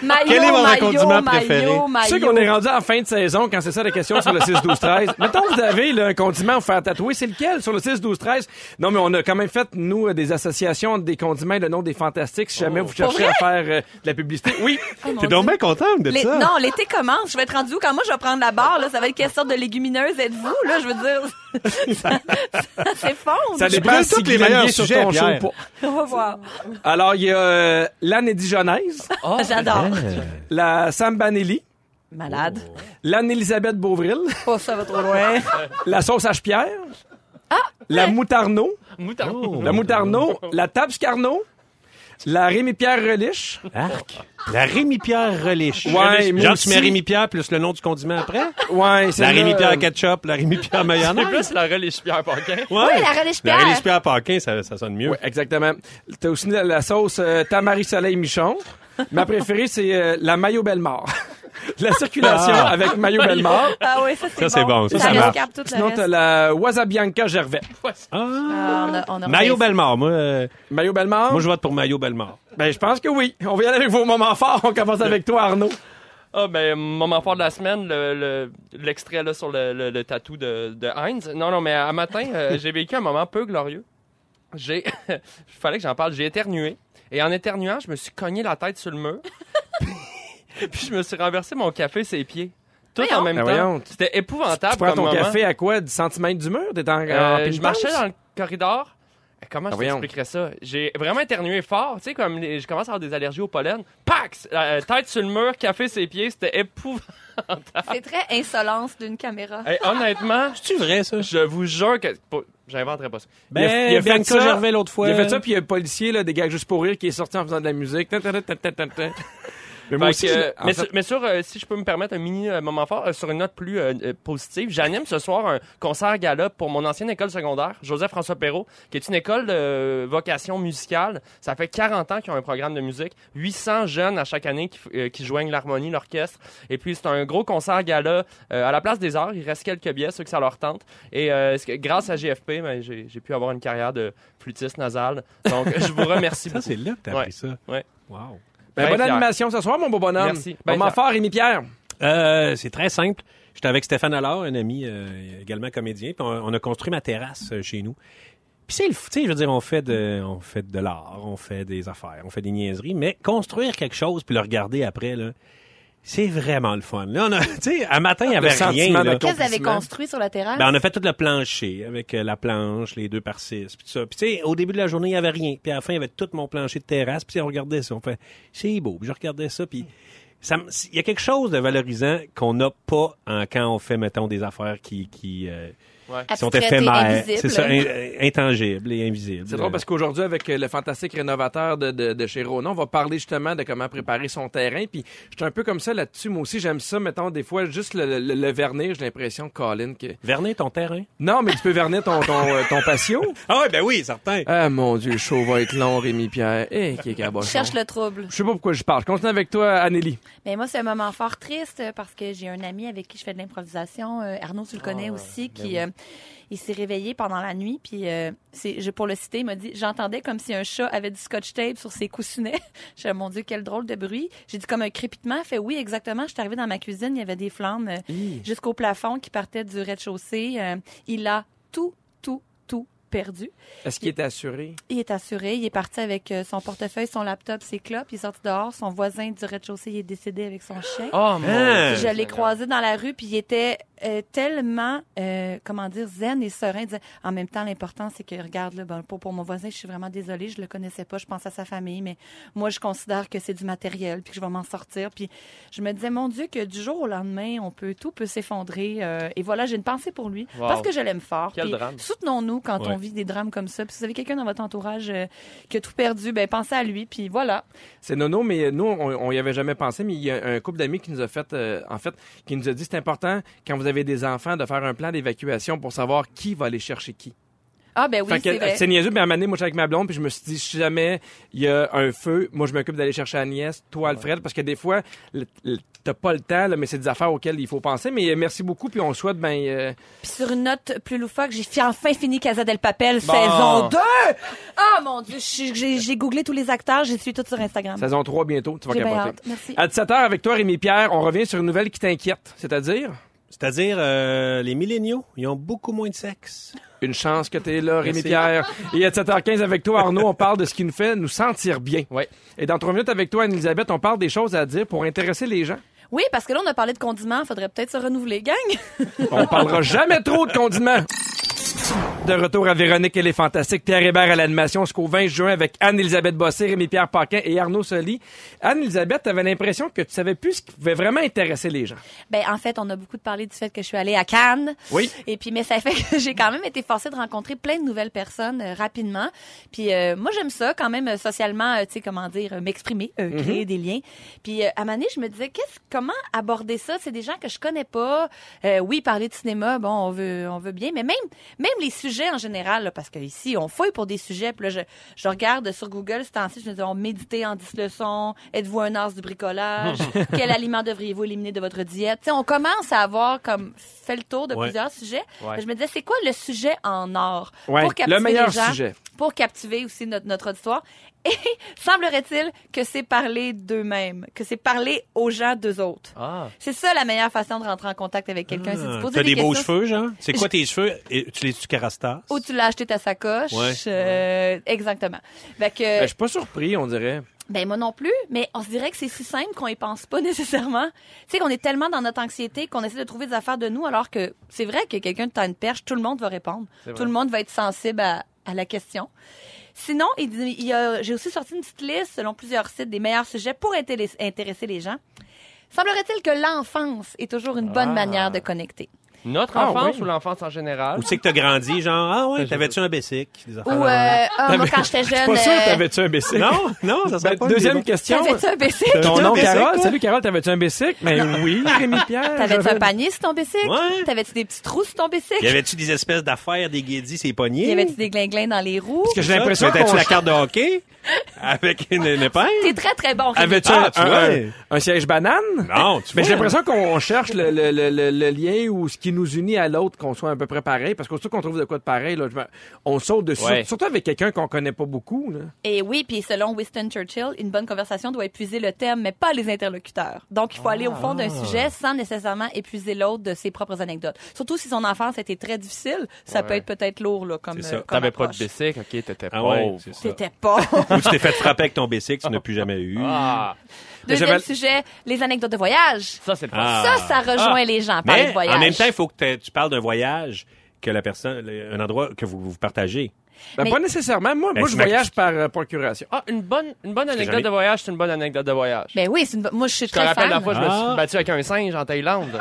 [SPEAKER 7] Maillot,
[SPEAKER 4] Quel est votre
[SPEAKER 7] maillot,
[SPEAKER 4] condiment
[SPEAKER 7] maillot,
[SPEAKER 4] préféré?
[SPEAKER 3] Tu sais
[SPEAKER 7] maillot.
[SPEAKER 3] qu'on
[SPEAKER 4] oh.
[SPEAKER 3] est rendu en fin de saison quand c'est ça la question sur le 6-12-13. Mettons que vous avez là, un condiment à vous faire tatouer, c'est lequel sur le 6-12-13? Non, mais on a quand même fait, nous, euh, des associations entre des condiments et le nom des fantastiques
[SPEAKER 4] Oh.
[SPEAKER 3] si jamais vous cherchez à faire euh, de la publicité. Oui,
[SPEAKER 7] Oh, mon
[SPEAKER 4] T'es donc
[SPEAKER 7] Dieu.
[SPEAKER 4] bien contente de
[SPEAKER 7] Les-
[SPEAKER 4] ça?
[SPEAKER 7] Non, l'été commence. Je vais être rendu où? Quand moi, je vais prendre la barre, là, ça va être quelle sorte de légumineuse êtes-vous? Là, je veux dire, ça, ça s'effondre.
[SPEAKER 3] ça
[SPEAKER 4] Tu
[SPEAKER 3] dépend
[SPEAKER 4] brûles
[SPEAKER 3] si
[SPEAKER 4] tous les
[SPEAKER 3] Guylaine
[SPEAKER 4] meilleurs
[SPEAKER 3] vient sur
[SPEAKER 4] sujets,
[SPEAKER 3] ton show
[SPEAKER 4] Pierre.
[SPEAKER 3] ou pas.
[SPEAKER 7] On va voir.
[SPEAKER 3] Alors, il y a euh, l'Anne Dijonnaise,
[SPEAKER 5] Ah,
[SPEAKER 7] J'adore.
[SPEAKER 3] la Sam Banelli,
[SPEAKER 7] Malade.
[SPEAKER 3] l'Anne Elisabeth Beauvril,
[SPEAKER 5] Oh, ça va trop loin.
[SPEAKER 3] la sauce
[SPEAKER 4] Ah,
[SPEAKER 3] H-Pierre, la Moutarno,
[SPEAKER 6] Moutarde.
[SPEAKER 3] la Moutarno, la Tabs Carnot, la Rémi-Pierre Reliche,
[SPEAKER 4] Arc. La Rémi-Pierre Reliche.
[SPEAKER 3] Ouais, moi
[SPEAKER 4] Genre,
[SPEAKER 3] aussi.
[SPEAKER 4] tu mets Rémi-Pierre plus le nom du condiment après?
[SPEAKER 3] ouais, c'est
[SPEAKER 4] La
[SPEAKER 3] là, euh,
[SPEAKER 4] Rémi-Pierre ketchup, la Rémi-Pierre
[SPEAKER 6] C'est
[SPEAKER 4] mayonnaise.
[SPEAKER 6] plus la relish Pierre Paquin.
[SPEAKER 4] Ouais.
[SPEAKER 7] Oui, la relish
[SPEAKER 4] La
[SPEAKER 7] Pierre.
[SPEAKER 4] relish-pierre paquin, ça, ça sonne mieux.
[SPEAKER 3] Oui, exactement. T'as aussi la, la sauce euh, tamari soleil michon. Ma préférée, c'est euh, la mayo bellemare. la circulation
[SPEAKER 4] Ah.
[SPEAKER 3] avec mayo bellemare.
[SPEAKER 7] Ah oui, ça, c'est bon.
[SPEAKER 4] Ça, c'est bon. Ça,
[SPEAKER 7] Ça,
[SPEAKER 4] ça marche.
[SPEAKER 7] rescape tout le
[SPEAKER 3] Sinon, t'as
[SPEAKER 7] reste.
[SPEAKER 3] la wasabianca gervais.
[SPEAKER 4] Ah.
[SPEAKER 7] Ah, on a- on a
[SPEAKER 4] Mayo
[SPEAKER 7] refait ça.
[SPEAKER 4] Belmar. Moi, euh,
[SPEAKER 3] Mayo bellemare?
[SPEAKER 4] moi, je vote pour Mayo Belmar.
[SPEAKER 3] Ben, je pense que oui. On va y aller avec vos moments forts. On commence avec toi, Arnaud.
[SPEAKER 6] Ah, ben, moment fort de la semaine, le- le- l'extrait là sur le, le, le tatou de, de Heinz. Non, non, mais à matin, euh, j'ai vécu un moment peu glorieux. J'ai. Il fallait que j'en parle. J'ai éternué. Et en éternuant, je me suis cogné la tête sur le mur. puis, puis je me suis renversé mon café sur les pieds. Tout en
[SPEAKER 7] Voyons.
[SPEAKER 6] même
[SPEAKER 3] Ben
[SPEAKER 6] temps.
[SPEAKER 3] voyons, tu-
[SPEAKER 6] C'était épouvantable
[SPEAKER 3] Tu prends
[SPEAKER 6] comme
[SPEAKER 3] ton
[SPEAKER 6] moment.
[SPEAKER 3] café à quoi? 10 cm du mur? T'es en, en
[SPEAKER 6] Euh, je
[SPEAKER 3] pénitence?
[SPEAKER 6] marchais dans le corridor. Euh, Comment
[SPEAKER 3] Ah,
[SPEAKER 6] je
[SPEAKER 3] voyons.
[SPEAKER 6] t'expliquerais ça? J'ai vraiment éternué fort, tu sais, comme les- je commence à avoir des allergies au pollen. Pax! Euh, tête sur le mur, café ses pieds, c'était épouvantable.
[SPEAKER 7] C'est très insolence d'une caméra.
[SPEAKER 6] Hey, honnêtement,
[SPEAKER 4] C'est-tu vrai, ça?
[SPEAKER 6] je vous jure que. pas- J'inventerai pas ça.
[SPEAKER 4] Ben, il a,
[SPEAKER 3] Bianca
[SPEAKER 4] fait ça,
[SPEAKER 3] Gervais,
[SPEAKER 4] l'autre fois.
[SPEAKER 3] Il a fait ça, puis il y a un policier, là, des gars juste pour rire, qui est sorti en faisant de la musique. Tan, tan, tan, tan, tan, tan. Mais moi
[SPEAKER 6] Fait
[SPEAKER 3] aussi,
[SPEAKER 6] que,
[SPEAKER 3] je-
[SPEAKER 6] euh,
[SPEAKER 3] en
[SPEAKER 6] mais,
[SPEAKER 3] fait-
[SPEAKER 6] sur- mais sur, euh, si je peux me permettre un mini euh, moment fort, euh, sur une note plus euh, euh, positive, j'anime ce soir un concert gala pour mon ancienne école secondaire, Joseph-François Perrault, qui est une école de euh, vocation musicale. Ça fait 40 ans qu'ils ont un programme de musique. 800 jeunes à chaque année qui, f- euh, qui joignent l'harmonie, l'orchestre. Et puis, c'est un gros concert gala euh, à la place des arts. Il reste quelques billets, ceux que ça leur tente. Et euh, ce que- grâce à GFP, ben, j'ai j'ai pu avoir une carrière de flûtiste nasal. Donc, je vous remercie
[SPEAKER 4] Ça,
[SPEAKER 6] beaucoup.
[SPEAKER 4] c'est là que t'as
[SPEAKER 6] Ouais.
[SPEAKER 4] appris ça.
[SPEAKER 6] Ouais.
[SPEAKER 4] Wow.
[SPEAKER 3] Ben,
[SPEAKER 6] Ben,
[SPEAKER 3] bonne
[SPEAKER 6] Pierre.
[SPEAKER 3] animation ce soir, mon beau bonhomme.
[SPEAKER 6] Merci. Ben,
[SPEAKER 3] Moment
[SPEAKER 6] Pierre.
[SPEAKER 3] fort, Rémi Pierre.
[SPEAKER 4] Euh, c'est très simple. J'étais avec Stéphane Allard, un ami euh, également comédien, puis on, on a construit ma terrasse euh, chez nous. Puis c'est le, f- tu sais, je veux dire, on fait de, on fait de l'art, on fait des affaires, on fait des niaiseries, mais construire quelque chose puis le regarder après là, c'est vraiment le fun. Là, on a, tu sais, à matin il y avait
[SPEAKER 3] sentiment
[SPEAKER 4] rien. là.
[SPEAKER 3] de
[SPEAKER 7] Qu'est-ce que vous avez
[SPEAKER 3] Accomplissement.
[SPEAKER 7] construit sur la terrasse?
[SPEAKER 4] Ben, on a fait tout le plancher avec euh, la planche, les deux par six, puis tout ça. Puis tu sais, au début de la journée, il y avait rien. Puis à la fin, il y avait tout mon plancher de terrasse. Puis tu sais, on regardait ça, on fait, c'est beau. Puis je regardais ça, puis ça me- il y a quelque chose de valorisant qu'on n'a pas en- quand on fait, mettons, des affaires qui, qui, euh, qui sont
[SPEAKER 7] Abstraite et
[SPEAKER 4] éphémères.
[SPEAKER 7] invisible.
[SPEAKER 4] C'est ça, in- euh, intangibles et invisibles.
[SPEAKER 3] C'est drôle parce qu'aujourd'hui, avec euh, le fantastique rénovateur de, de, de chez Ronan, on va parler justement de comment préparer son terrain. Puis, je suis un peu comme ça là-dessus. Moi aussi, j'aime ça. Mettons, des fois, juste le, le, le vernis, j'ai l'impression, Colin, que.
[SPEAKER 4] Euh, Vernet, ton terrain?
[SPEAKER 3] Non, mais tu peux vernir ton, ton, euh, ton patio.
[SPEAKER 4] Ah oui, ben oui, certain.
[SPEAKER 3] Ah, mon Dieu, le show va être long, Rémi Pierre. Eh, qui est
[SPEAKER 7] Je
[SPEAKER 3] cabochon.
[SPEAKER 7] cherche le trouble.
[SPEAKER 3] Je sais pas pourquoi je parle. Je continue avec toi, Anneli.
[SPEAKER 7] Mais moi, c'est un moment fort triste euh, parce que j'ai un ami avec qui je fais de l'improvisation. euh, Arnaud, tu le connais aussi, qui euh, il s'est réveillé pendant la nuit. Puis, euh, c'est- je- pour le citer, il m'a dit J'entendais comme si un chat avait du scotch tape sur ses coussinets. J'ai dit, Mon Dieu, quel drôle de bruit. J'ai dit Comme un crépitement. Il fait Oui, exactement. Je suis arrivée dans ma cuisine, il y avait des flammes euh, jusqu'au plafond qui partaient du rez-de-chaussée. Euh, il a tout, tout, tout perdu.
[SPEAKER 3] Est-ce qu'il est assuré?
[SPEAKER 7] Il est assuré, il est parti avec euh, son portefeuille, son laptop, ses clopes, il est sorti dehors, son voisin du rez-de-chaussée il est décédé avec son chien.
[SPEAKER 6] Oh mon
[SPEAKER 4] Hein?
[SPEAKER 6] Dieu,
[SPEAKER 7] Puis je l'ai croisé dans la rue, puis il était euh, tellement, euh, comment dire, zen et serein. Il disait, en même temps, l'important, c'est que, regarde, là, ben, pour, pour mon voisin, je suis vraiment désolée, je le connaissais pas, je pense à sa famille, mais moi, je considère que c'est du matériel, puis que je vais m'en sortir. Puis je me disais, mon Dieu, que du jour au lendemain, on peut, tout peut s'effondrer. euh, et voilà, j'ai une pensée pour lui,
[SPEAKER 6] Wow.
[SPEAKER 7] parce que je l'aime fort.
[SPEAKER 6] Quel
[SPEAKER 7] Puis
[SPEAKER 6] drame.
[SPEAKER 7] Soutenons-nous quand
[SPEAKER 4] Ouais.
[SPEAKER 7] on vit des drames comme ça. Puis si vous avez quelqu'un dans votre entourage euh, qui a tout perdu, ben pensez à lui, puis voilà.
[SPEAKER 3] C'est Nono, mais nous, on, on y avait jamais pensé, mais il y a un couple d'amis qui nous a fait, euh, en fait, qui nous a dit c'est important, quand vous avez des enfants, de faire un plan d'évacuation pour savoir qui va aller chercher qui.
[SPEAKER 7] Ah, ben
[SPEAKER 3] Fait
[SPEAKER 7] oui,
[SPEAKER 3] que,
[SPEAKER 7] c'est vrai.
[SPEAKER 3] c'est niaiseux, mais à un moment donné, moi, j'étais avec ma blonde, puis je me suis dit, si jamais il y a un feu, moi, je m'occupe d'aller chercher Agnès, toi, Alfred, parce que des fois, le- le- t'as pas le temps, là, mais c'est des affaires auxquelles il faut penser. Mais euh, merci beaucoup, puis on souhaite, ben, euh,
[SPEAKER 7] Puis sur une note plus loufoque, j'ai fi- enfin fini Casa del Papel saison 2. Ah mon dieu, je suis- j'ai j'ai googlé tous les acteurs, j'ai suivi tout sur Instagram.
[SPEAKER 3] saison 3 bientôt, tu vas
[SPEAKER 7] J'ai bien
[SPEAKER 3] capoter.
[SPEAKER 7] hâte. Merci.
[SPEAKER 3] À 17h, avec toi, Rémi Pierre, on revient sur une nouvelle qui t'inquiète, c'est-à-dire
[SPEAKER 4] C'est-à-dire, euh, les milléniaux, ils ont beaucoup moins de sexe.
[SPEAKER 3] une chance que t'es là, Rémi
[SPEAKER 4] Merci.
[SPEAKER 3] Pierre. Et à 17h15, avec toi, Arnaud, on parle de ce qui nous fait nous sentir bien.
[SPEAKER 6] Ouais.
[SPEAKER 3] Et dans 3 minutes, avec toi, Anne-Elisabeth, on parle des choses à dire pour intéresser les gens.
[SPEAKER 7] Oui, parce que là on a parlé de condiments, faudrait peut-être se renouveler, gang.
[SPEAKER 3] On parlera jamais trop de condiments. De retour à Véronique et les Fantastiques. Pierre Hébert à l'animation jusqu'au 20 juin avec Anne-Elisabeth Bossé, Rémi-Pierre Paquin et Arnaud Soli. Anne-Elisabeth, t'avais l'impression que tu savais plus ce qui pouvait vraiment intéresser les gens.
[SPEAKER 4] Euh,
[SPEAKER 7] Ben en fait, on a beaucoup parlé du fait que je suis allée à Cannes.
[SPEAKER 3] Oui.
[SPEAKER 7] Et puis mais ça fait que j'ai quand même été forcée de rencontrer plein de nouvelles personnes euh, rapidement. Puis euh, moi j'aime ça quand même euh, socialement, euh, tu sais comment dire, euh, m'exprimer, euh, créer des liens. Puis euh, à Mané, je me disais qu'est-ce comment aborder ça, c'est des gens que je connais pas. Euh, oui, parler de cinéma, bon, on veut on veut bien, mais même même les sujets en général là, parce que ici on fouille pour des sujets, puis là je, je regarde sur Google ce temps-ci, je me dis on méditer en 10 leçons, êtes-vous un as du bricolage, quel aliment devriez-vous éliminer de votre diète Tu sais, on commence à avoir comme fait le tour de
[SPEAKER 4] Ouais.
[SPEAKER 7] plusieurs sujets.
[SPEAKER 6] Ouais.
[SPEAKER 7] Je me disais, c'est quoi le sujet en or?
[SPEAKER 3] Ouais,
[SPEAKER 7] pour captiver
[SPEAKER 3] le meilleur
[SPEAKER 7] les gens,
[SPEAKER 3] sujet.
[SPEAKER 7] Pour captiver aussi notre, notre auditoire. Et semblerait-il que c'est parler d'eux-mêmes, que c'est parler aux gens d'eux autres.
[SPEAKER 6] Ah.
[SPEAKER 7] C'est ça la meilleure façon de rentrer en contact avec quelqu'un. c'est de
[SPEAKER 4] Ah,
[SPEAKER 7] poser
[SPEAKER 4] T'as des, beaux
[SPEAKER 7] questions
[SPEAKER 4] cheveux, genre? C'est quoi tes cheveux? Et tu les tu carastas?
[SPEAKER 7] Où tu l'as acheté ta sacoche.
[SPEAKER 4] Ouais.
[SPEAKER 7] euh, exactement. Fait que,
[SPEAKER 3] Ben, je suis pas surpris, on dirait.
[SPEAKER 7] ben moi non plus, mais on se dirait que c'est si simple qu'on y pense pas nécessairement. Tu sais qu'on est tellement dans notre anxiété qu'on essaie de trouver des affaires de nous, alors que c'est vrai que quelqu'un tend une perche, tout le monde va répondre, tout le monde va être sensible à, à la question. Sinon, il, dit- il y a- j'ai aussi sorti une petite liste selon plusieurs sites des meilleurs sujets pour intélé- intéresser les gens. Semblerait-il que l'enfance est toujours une bonne
[SPEAKER 6] Ah.
[SPEAKER 7] manière de connecter.
[SPEAKER 6] Notre
[SPEAKER 3] Ah,
[SPEAKER 6] enfance
[SPEAKER 3] oui.
[SPEAKER 6] ou l'enfance en général?
[SPEAKER 4] Ou c'est que t'as grandi, genre, ah ouais, t'avais-tu un basic? Des
[SPEAKER 7] Ou
[SPEAKER 4] affaires
[SPEAKER 7] euh,
[SPEAKER 4] de même.
[SPEAKER 7] ah, moi quand j'étais jeune,
[SPEAKER 3] Pas sûr
[SPEAKER 7] euh,
[SPEAKER 3] que t'avais-tu un bicycle?
[SPEAKER 4] Non, non, ça serait
[SPEAKER 3] Ben,
[SPEAKER 4] pas
[SPEAKER 3] deuxième
[SPEAKER 4] une idée.
[SPEAKER 3] question. hein?
[SPEAKER 7] t'avais-tu un BC?
[SPEAKER 3] Ton
[SPEAKER 4] T'as-tu un
[SPEAKER 3] nom,
[SPEAKER 4] bicycle,
[SPEAKER 3] Carole?
[SPEAKER 4] toi?
[SPEAKER 3] Salut, Carole, t'avais-tu un bicycle? Ben oui, Rémi-Pierre.
[SPEAKER 7] T'avais-tu un
[SPEAKER 3] j'avais-
[SPEAKER 7] panier sur ton bicycle?
[SPEAKER 4] Ouais.
[SPEAKER 7] T'avais-tu des petits trous sur ton bicycle?
[SPEAKER 4] Y avait-tu des espèces d'affaires, des guédis, ces poignées?
[SPEAKER 7] Il y avait-tu des glinglins dans les roues?
[SPEAKER 3] que j'ai l'impression
[SPEAKER 4] T'avais-tu
[SPEAKER 3] qu'on-
[SPEAKER 4] la carte de hockey? Avec une, une
[SPEAKER 7] T'es
[SPEAKER 4] épingle?
[SPEAKER 7] très, très bon. Rémi.
[SPEAKER 3] Avais-tu
[SPEAKER 4] Ah,
[SPEAKER 3] un-
[SPEAKER 4] tu
[SPEAKER 3] un,
[SPEAKER 4] vois.
[SPEAKER 3] un- un siège banane?
[SPEAKER 4] Non, tu
[SPEAKER 3] Mais j'ai
[SPEAKER 4] vois.
[SPEAKER 3] l'impression qu'on cherche le, le- le- le- le lien ou ce qui nous unit à l'autre, qu'on soit un peu près pareil. Parce qu'aussitôt qu'on trouve de quoi de pareil, là, je me- on saute dessus.
[SPEAKER 6] Ouais.
[SPEAKER 3] Surtout avec quelqu'un qu'on connaît pas beaucoup. Là.
[SPEAKER 7] Et Eh oui, puis selon Winston Churchill, une bonne conversation doit épuiser le thème, mais pas les interlocuteurs. Donc, il faut aller au fond d'un sujet sans nécessairement épuiser l'autre de ses propres anecdotes. Surtout si son enfance a été très difficile, ça peut être peut-être lourd, là,
[SPEAKER 4] C'est
[SPEAKER 7] comme,
[SPEAKER 4] ça.
[SPEAKER 7] euh, comme
[SPEAKER 6] T'avais pas de
[SPEAKER 7] approche.
[SPEAKER 6] bicycle, ok, t'étais
[SPEAKER 4] Ah ouais,
[SPEAKER 6] pauvre.
[SPEAKER 4] c'est ça.
[SPEAKER 7] T'étais pas.
[SPEAKER 4] Ou tu t'es fait frapper avec ton basic, tu n'as plus jamais eu.
[SPEAKER 6] Ah,
[SPEAKER 7] Deuxième
[SPEAKER 3] j'avais-
[SPEAKER 7] sujet, les anecdotes de voyage.
[SPEAKER 6] ça c'est le fun.
[SPEAKER 4] Ah.
[SPEAKER 7] Ça, ça rejoint les gens, parler
[SPEAKER 4] Mais
[SPEAKER 7] de voyage.
[SPEAKER 4] en même temps, il faut que t'aies- tu parles d'un voyage que la personne, le- un endroit que vous, vous partagez.
[SPEAKER 3] Ben,
[SPEAKER 7] Mais-
[SPEAKER 3] Pas nécessairement. Moi,
[SPEAKER 4] Ben,
[SPEAKER 3] moi
[SPEAKER 4] c'est
[SPEAKER 3] je
[SPEAKER 4] ma-
[SPEAKER 3] voyage par euh, procuration.
[SPEAKER 6] Ah, une bonne, une bonne anecdote
[SPEAKER 4] jamais-
[SPEAKER 6] de voyage, c'est une bonne anecdote de voyage.
[SPEAKER 7] Ben oui, c'est une... bo- moi, je suis
[SPEAKER 6] Je te
[SPEAKER 7] très fan.
[SPEAKER 6] rappelle la fois, je me
[SPEAKER 4] Ah.
[SPEAKER 6] suis battu avec un singe en Thaïlande.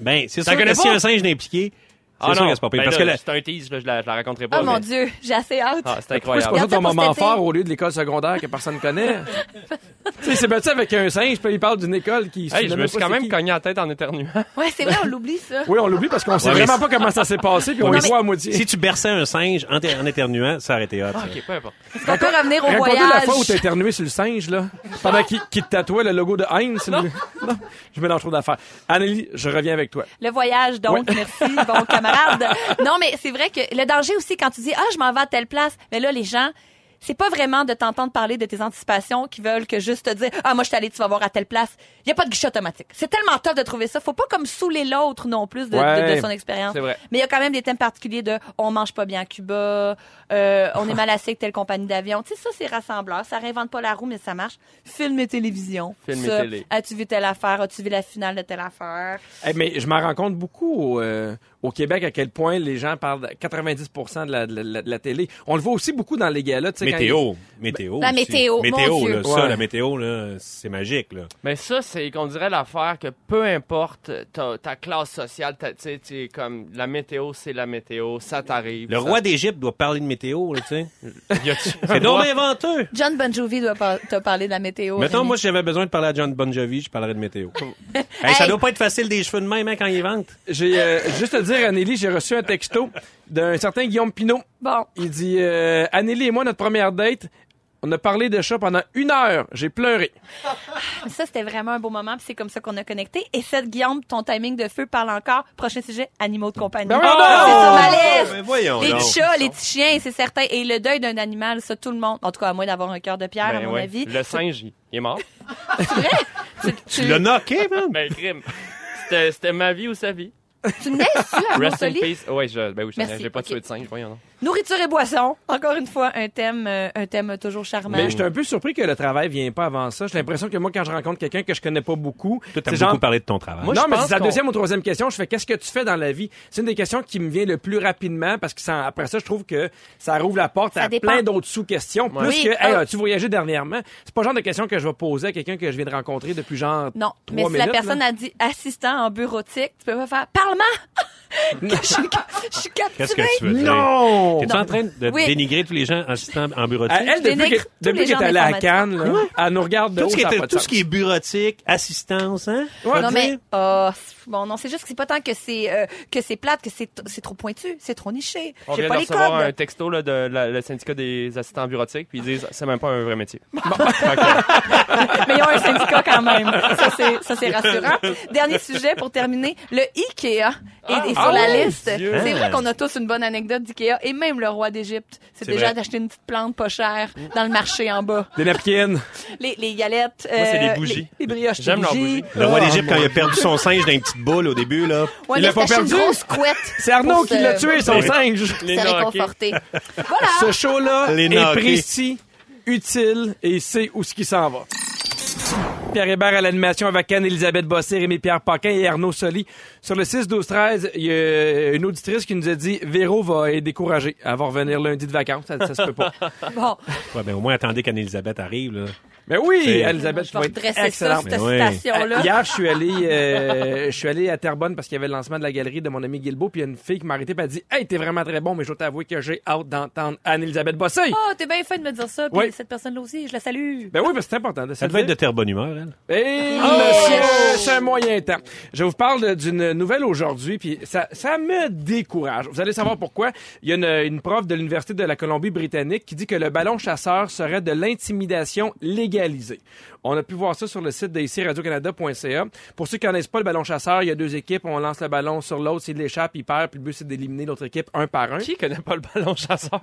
[SPEAKER 4] Ben, c'est
[SPEAKER 6] T'en
[SPEAKER 4] sûr que
[SPEAKER 6] connais
[SPEAKER 4] si
[SPEAKER 6] pas?
[SPEAKER 4] un singe n'est impliqué, c'est
[SPEAKER 6] Ah
[SPEAKER 4] sûr
[SPEAKER 6] non,
[SPEAKER 4] que c'est pas pire.
[SPEAKER 6] ben
[SPEAKER 4] Parce
[SPEAKER 6] là,
[SPEAKER 4] que la-
[SPEAKER 6] c'est un tease, là, je, la, je la raconterai pas.
[SPEAKER 7] Oh mon
[SPEAKER 6] mais-
[SPEAKER 7] Dieu, j'ai assez hâte.
[SPEAKER 6] Ah, c'est
[SPEAKER 3] Pourquoi c'est
[SPEAKER 6] incroyable.
[SPEAKER 3] pas ça
[SPEAKER 7] Regarde ça
[SPEAKER 3] ton
[SPEAKER 7] pour
[SPEAKER 3] moment
[SPEAKER 7] cet été.
[SPEAKER 3] fort au lieu de l'école secondaire que personne connaît? tu sais, il s'est battu avec un singe, puis il parle d'une école qui... se
[SPEAKER 6] Hey, je
[SPEAKER 3] souvenait
[SPEAKER 6] me suis
[SPEAKER 3] pas
[SPEAKER 6] quand
[SPEAKER 3] c'est
[SPEAKER 6] même
[SPEAKER 3] qui.
[SPEAKER 6] cogné la tête en éternuant.
[SPEAKER 7] Ouais, c'est vrai, on l'oublie, ça.
[SPEAKER 3] Oui, on l'oublie parce qu'on sait
[SPEAKER 4] Ouais, mais
[SPEAKER 3] vraiment pas comment ça s'est passé, puis on
[SPEAKER 4] Non,
[SPEAKER 3] le
[SPEAKER 4] mais-
[SPEAKER 3] voit à moitié.
[SPEAKER 4] si tu berçais un singe en, en éternuant, ça aurait été hot.
[SPEAKER 7] Ah,
[SPEAKER 4] ça.
[SPEAKER 6] ok, peu importe.
[SPEAKER 7] On peut revenir au
[SPEAKER 3] Raconte-nous
[SPEAKER 7] voyage.
[SPEAKER 3] la fois où t'as éternué sur le singe, là. Pendant qu'il qu'il te tatouait le logo de Heinz. sur le- Non, je mélange trop d'affaires. Anneli, je reviens avec toi.
[SPEAKER 7] Le voyage, donc, merci, bon camarade. Non, mais c'est vrai que le danger aussi, quand tu dis, ah, je m'en vais à telle place, mais là, les gens, c'est pas vraiment de t'entendre parler de tes anticipations qui veulent que juste te dire, ah, moi, je suis allé, tu vas voir à telle place. Il y a pas de guichet automatique. C'est tellement tough de trouver ça. Faut pas comme saouler l'autre non plus de, de-
[SPEAKER 3] Ouais,
[SPEAKER 7] de son expérience.
[SPEAKER 6] c'est vrai.
[SPEAKER 7] Mais il y a quand même des thèmes particuliers de, on mange pas bien à Cuba, euh, on est mal assis avec telle compagnie d'avion. Tu sais, ça, c'est rassembleur. Ça réinvente pas la roue, mais ça marche. Film et télévision.
[SPEAKER 6] Film et
[SPEAKER 7] Ça,
[SPEAKER 6] télé.
[SPEAKER 7] As-tu vu telle affaire? As-tu vu la finale de telle affaire?
[SPEAKER 3] Eh, mais je m'en rends compte beaucoup au, euh, au Québec à quel point les gens parlent de 90 de la, de la- de la télé. On le voit aussi beaucoup dans les galas. tu sais, quand
[SPEAKER 4] Météo. Météo.
[SPEAKER 7] Ben, La
[SPEAKER 4] aussi.
[SPEAKER 7] météo, mon
[SPEAKER 4] Météo,
[SPEAKER 7] Dieu.
[SPEAKER 4] là, ça,
[SPEAKER 3] Ouais.
[SPEAKER 4] la météo, là, c'est magique. Là.
[SPEAKER 6] Mais ça, c'est qu'on dirait l'affaire que peu importe ta, ta classe sociale, ta- tu sais, tu sais, comme la météo, c'est la météo, ça t'arrive.
[SPEAKER 4] Le
[SPEAKER 6] ça-
[SPEAKER 4] roi d'Égypte doit parler de météo, là, tu sais.
[SPEAKER 6] Y a-tu un
[SPEAKER 4] C'est donc
[SPEAKER 6] roi?
[SPEAKER 4] bien venteux.
[SPEAKER 7] John Bon Jovi doit par- te parler de la météo.
[SPEAKER 4] Mettons,
[SPEAKER 7] Rémi.
[SPEAKER 4] moi, si j'avais besoin de parler à John Bon Jovi, je parlerais de météo. Hey,
[SPEAKER 7] Hey.
[SPEAKER 4] Ça doit pas être facile des cheveux de même hein, quand il vente.
[SPEAKER 3] il- J'ai euh, juste à dire dire, Anélie, j'ai reçu un texto d'un certain Guillaume Pinault.
[SPEAKER 7] Bon.
[SPEAKER 3] Il dit euh, Anélie et moi, notre première date, on a parlé de chat pendant une heure. J'ai pleuré.
[SPEAKER 7] Ça, c'était vraiment un beau moment, puis c'est comme ça qu'on a connecté. Et cette Guillaume, ton timing de feu parle encore. Prochain sujet, animaux de compagnie. Oh,
[SPEAKER 3] Ben
[SPEAKER 7] C'est
[SPEAKER 3] voyons
[SPEAKER 7] sur ma
[SPEAKER 4] Oh,
[SPEAKER 7] liste.
[SPEAKER 2] Mais
[SPEAKER 3] ben
[SPEAKER 2] voyons
[SPEAKER 7] Les
[SPEAKER 2] donc.
[SPEAKER 7] petits chats, les petits chiens, c'est certain. Et le deuil d'un animal, ça, tout le monde. En tout cas, à moins d'avoir un cœur de pierre, à
[SPEAKER 6] Ben
[SPEAKER 7] mon
[SPEAKER 6] ouais.
[SPEAKER 7] avis.
[SPEAKER 6] Le singe, il il est mort.
[SPEAKER 7] Tu,
[SPEAKER 2] Tu l'as knocké, man?
[SPEAKER 6] Ben, crime. C'était c'était ma vie ou sa vie.
[SPEAKER 7] tu me laisses-tu à
[SPEAKER 6] Rest in
[SPEAKER 7] Montsoly?
[SPEAKER 6] peace. Ouais, je, ben oui, je
[SPEAKER 7] Ah, Merci,
[SPEAKER 6] j'ai pas
[SPEAKER 7] ok.
[SPEAKER 6] tué de singe, voyons. non.
[SPEAKER 7] Nourriture et boisson. Encore une fois, un thème, euh, un thème toujours charmant.
[SPEAKER 3] Mais j'étais un peu surpris que le travail vienne pas avant ça. J'ai l'impression que moi, quand je rencontre quelqu'un que je connais pas beaucoup,
[SPEAKER 4] Toi,
[SPEAKER 3] c'est
[SPEAKER 4] t'aimes
[SPEAKER 3] genre-
[SPEAKER 4] beaucoup parler de ton travail.
[SPEAKER 6] Moi,
[SPEAKER 3] non,
[SPEAKER 6] je
[SPEAKER 3] mais
[SPEAKER 6] pense
[SPEAKER 3] c'est la
[SPEAKER 6] qu'on-
[SPEAKER 3] deuxième ou troisième question. Je fais qu'est-ce que tu fais dans la vie? C'est une des questions qui me vient le plus rapidement parce que ça- après ça, je trouve que ça rouvre la porte
[SPEAKER 7] Ça
[SPEAKER 3] à
[SPEAKER 7] dépend.
[SPEAKER 3] plein d'autres sous-questions. Plus
[SPEAKER 7] Oui.
[SPEAKER 3] que, hey,
[SPEAKER 7] Ah.
[SPEAKER 3] as-tu voyagé dernièrement? C'est pas le genre de question que je vais poser à quelqu'un que je viens de rencontrer depuis genre
[SPEAKER 7] Non,
[SPEAKER 3] trois
[SPEAKER 7] mais si
[SPEAKER 3] minutes.
[SPEAKER 7] la personne
[SPEAKER 3] là.
[SPEAKER 7] a dit assistant en bureautique, tu peux pas faire parlement. Que je, suis- je
[SPEAKER 4] Qu'est-ce
[SPEAKER 7] suis captivée.
[SPEAKER 4] que tu veux dire?
[SPEAKER 3] Non!
[SPEAKER 4] T'es-tu
[SPEAKER 7] Non.
[SPEAKER 4] en train de
[SPEAKER 7] Oui.
[SPEAKER 4] dénigrer tous les gens assistants en bureautique?
[SPEAKER 3] À Elle, depuis
[SPEAKER 7] dénigre
[SPEAKER 3] qu'elle
[SPEAKER 7] tous
[SPEAKER 3] depuis
[SPEAKER 7] les
[SPEAKER 3] qu'elle est
[SPEAKER 7] gens
[SPEAKER 3] allée à
[SPEAKER 7] d'informatique.
[SPEAKER 3] Cannes, là, elle nous regarde de
[SPEAKER 4] eh, tout,
[SPEAKER 3] haut,
[SPEAKER 4] ce qui
[SPEAKER 3] ça a
[SPEAKER 4] est,
[SPEAKER 3] pas de
[SPEAKER 4] tout
[SPEAKER 3] sens.
[SPEAKER 4] ce qui est bureautique, assistance, hein? Faut
[SPEAKER 7] Non
[SPEAKER 4] dire.
[SPEAKER 7] mais ah, c'est- bon non c'est juste que c'est pas tant que c'est euh, que c'est plate que c'est c'est trop pointu c'est trop niché
[SPEAKER 6] On
[SPEAKER 7] j'ai
[SPEAKER 6] vient de
[SPEAKER 7] pas les codes
[SPEAKER 6] recevoir un texto là, de la- le syndicat des assistants bureautiques, puis ils disent c'est même pas un vrai métier. Fait que,
[SPEAKER 7] mais ils ont un syndicat quand même ça c'est ça c'est rassurant dernier sujet pour terminer le Ikea est, est sur
[SPEAKER 6] ah
[SPEAKER 7] la
[SPEAKER 6] oui,
[SPEAKER 7] liste
[SPEAKER 6] Dieu.
[SPEAKER 7] c'est
[SPEAKER 4] Ah.
[SPEAKER 7] vrai qu'on a tous une bonne anecdote d'Ikea et même le roi d'Égypte c'est
[SPEAKER 4] C'est
[SPEAKER 7] déjà
[SPEAKER 4] vrai.
[SPEAKER 7] d'acheter une petite plante pas chère dans le marché en bas
[SPEAKER 3] Des napkins.
[SPEAKER 7] les, les galettes
[SPEAKER 6] Moi, c'est
[SPEAKER 7] euh,
[SPEAKER 6] des bougies.
[SPEAKER 7] les, les brioches
[SPEAKER 6] J'aime leurs
[SPEAKER 7] bougies.
[SPEAKER 6] bougies.
[SPEAKER 2] Le roi d'Égypte, quand il a perdu son singe dans une petite boule au début, là.
[SPEAKER 7] Ouais,
[SPEAKER 3] Il
[SPEAKER 7] mais
[SPEAKER 3] l'a pas
[SPEAKER 7] c'est une
[SPEAKER 3] perdu?
[SPEAKER 7] grosse couette
[SPEAKER 3] C'est Arnaud
[SPEAKER 7] pour
[SPEAKER 3] qui
[SPEAKER 7] se-
[SPEAKER 3] l'a tué, son singe.
[SPEAKER 6] les
[SPEAKER 7] se
[SPEAKER 6] knockés.
[SPEAKER 7] réconforter voilà
[SPEAKER 3] Ce show-là
[SPEAKER 2] Les
[SPEAKER 3] est
[SPEAKER 2] knockés.
[SPEAKER 3] précis, utile et il sait où ce qui s'en va. Pierre Hébert à l'animation avec Anne, Elisabeth Bossé, Rémi Pierre Paquin et Arnaud Soli. Sur le 6-12-13, il y a une auditrice qui nous a dit Véro va être découragée. Elle va revenir lundi de vacances. Ça, ça se peut pas.
[SPEAKER 7] bon
[SPEAKER 4] Ouais, ben, au moins, attendez qu'Anne-Elisabeth arrive, là.
[SPEAKER 3] Mais oui,
[SPEAKER 4] C'est-
[SPEAKER 3] Elisabeth,
[SPEAKER 7] je
[SPEAKER 3] tu
[SPEAKER 7] vais
[SPEAKER 3] vas être
[SPEAKER 7] redresser ça
[SPEAKER 3] excellente.
[SPEAKER 7] cette
[SPEAKER 4] Mais oui.
[SPEAKER 7] citation-là
[SPEAKER 3] Euh, Hier, je suis allé, euh, je suis allé à Terrebonne parce qu'il y avait le lancement de la galerie de mon ami Guilbeault, puis il y a une fille qui m'a arrêté et a dit Hey, t'es vraiment très bon, mais je dois t'avouer que j'ai hâte d'entendre Anne-Elisabeth Bossé.
[SPEAKER 7] Ah, t'es bien fait de me dire ça. Puis
[SPEAKER 3] Oui.
[SPEAKER 7] cette personne-là aussi, je la salue.
[SPEAKER 3] Ben oui, parce que c'est important de se
[SPEAKER 4] Ça
[SPEAKER 3] le
[SPEAKER 4] devait être
[SPEAKER 3] dire.
[SPEAKER 4] de terre bonne humeur, elle.
[SPEAKER 3] Et
[SPEAKER 7] Oh!
[SPEAKER 3] Eh, monsieur, c'est un moyen temps. Je vous parle de- d'une nouvelle aujourd'hui, puis ça, ça me décourage. Vous allez savoir pourquoi. Il y a une, une prof de l'Université de la Colombie-Britannique qui dit que le ballon chasseur serait de l'intimidation légalisée. On a pu voir ça sur le site d'ici radiocanada.ca. Pour ceux qui connaissent pas le ballon chasseur, il y a deux équipes, on lance le ballon sur l'autre, s'il l'échappe, il perd, puis le but c'est d'éliminer l'autre équipe un par un.
[SPEAKER 6] Qui connaît pas le ballon chasseur?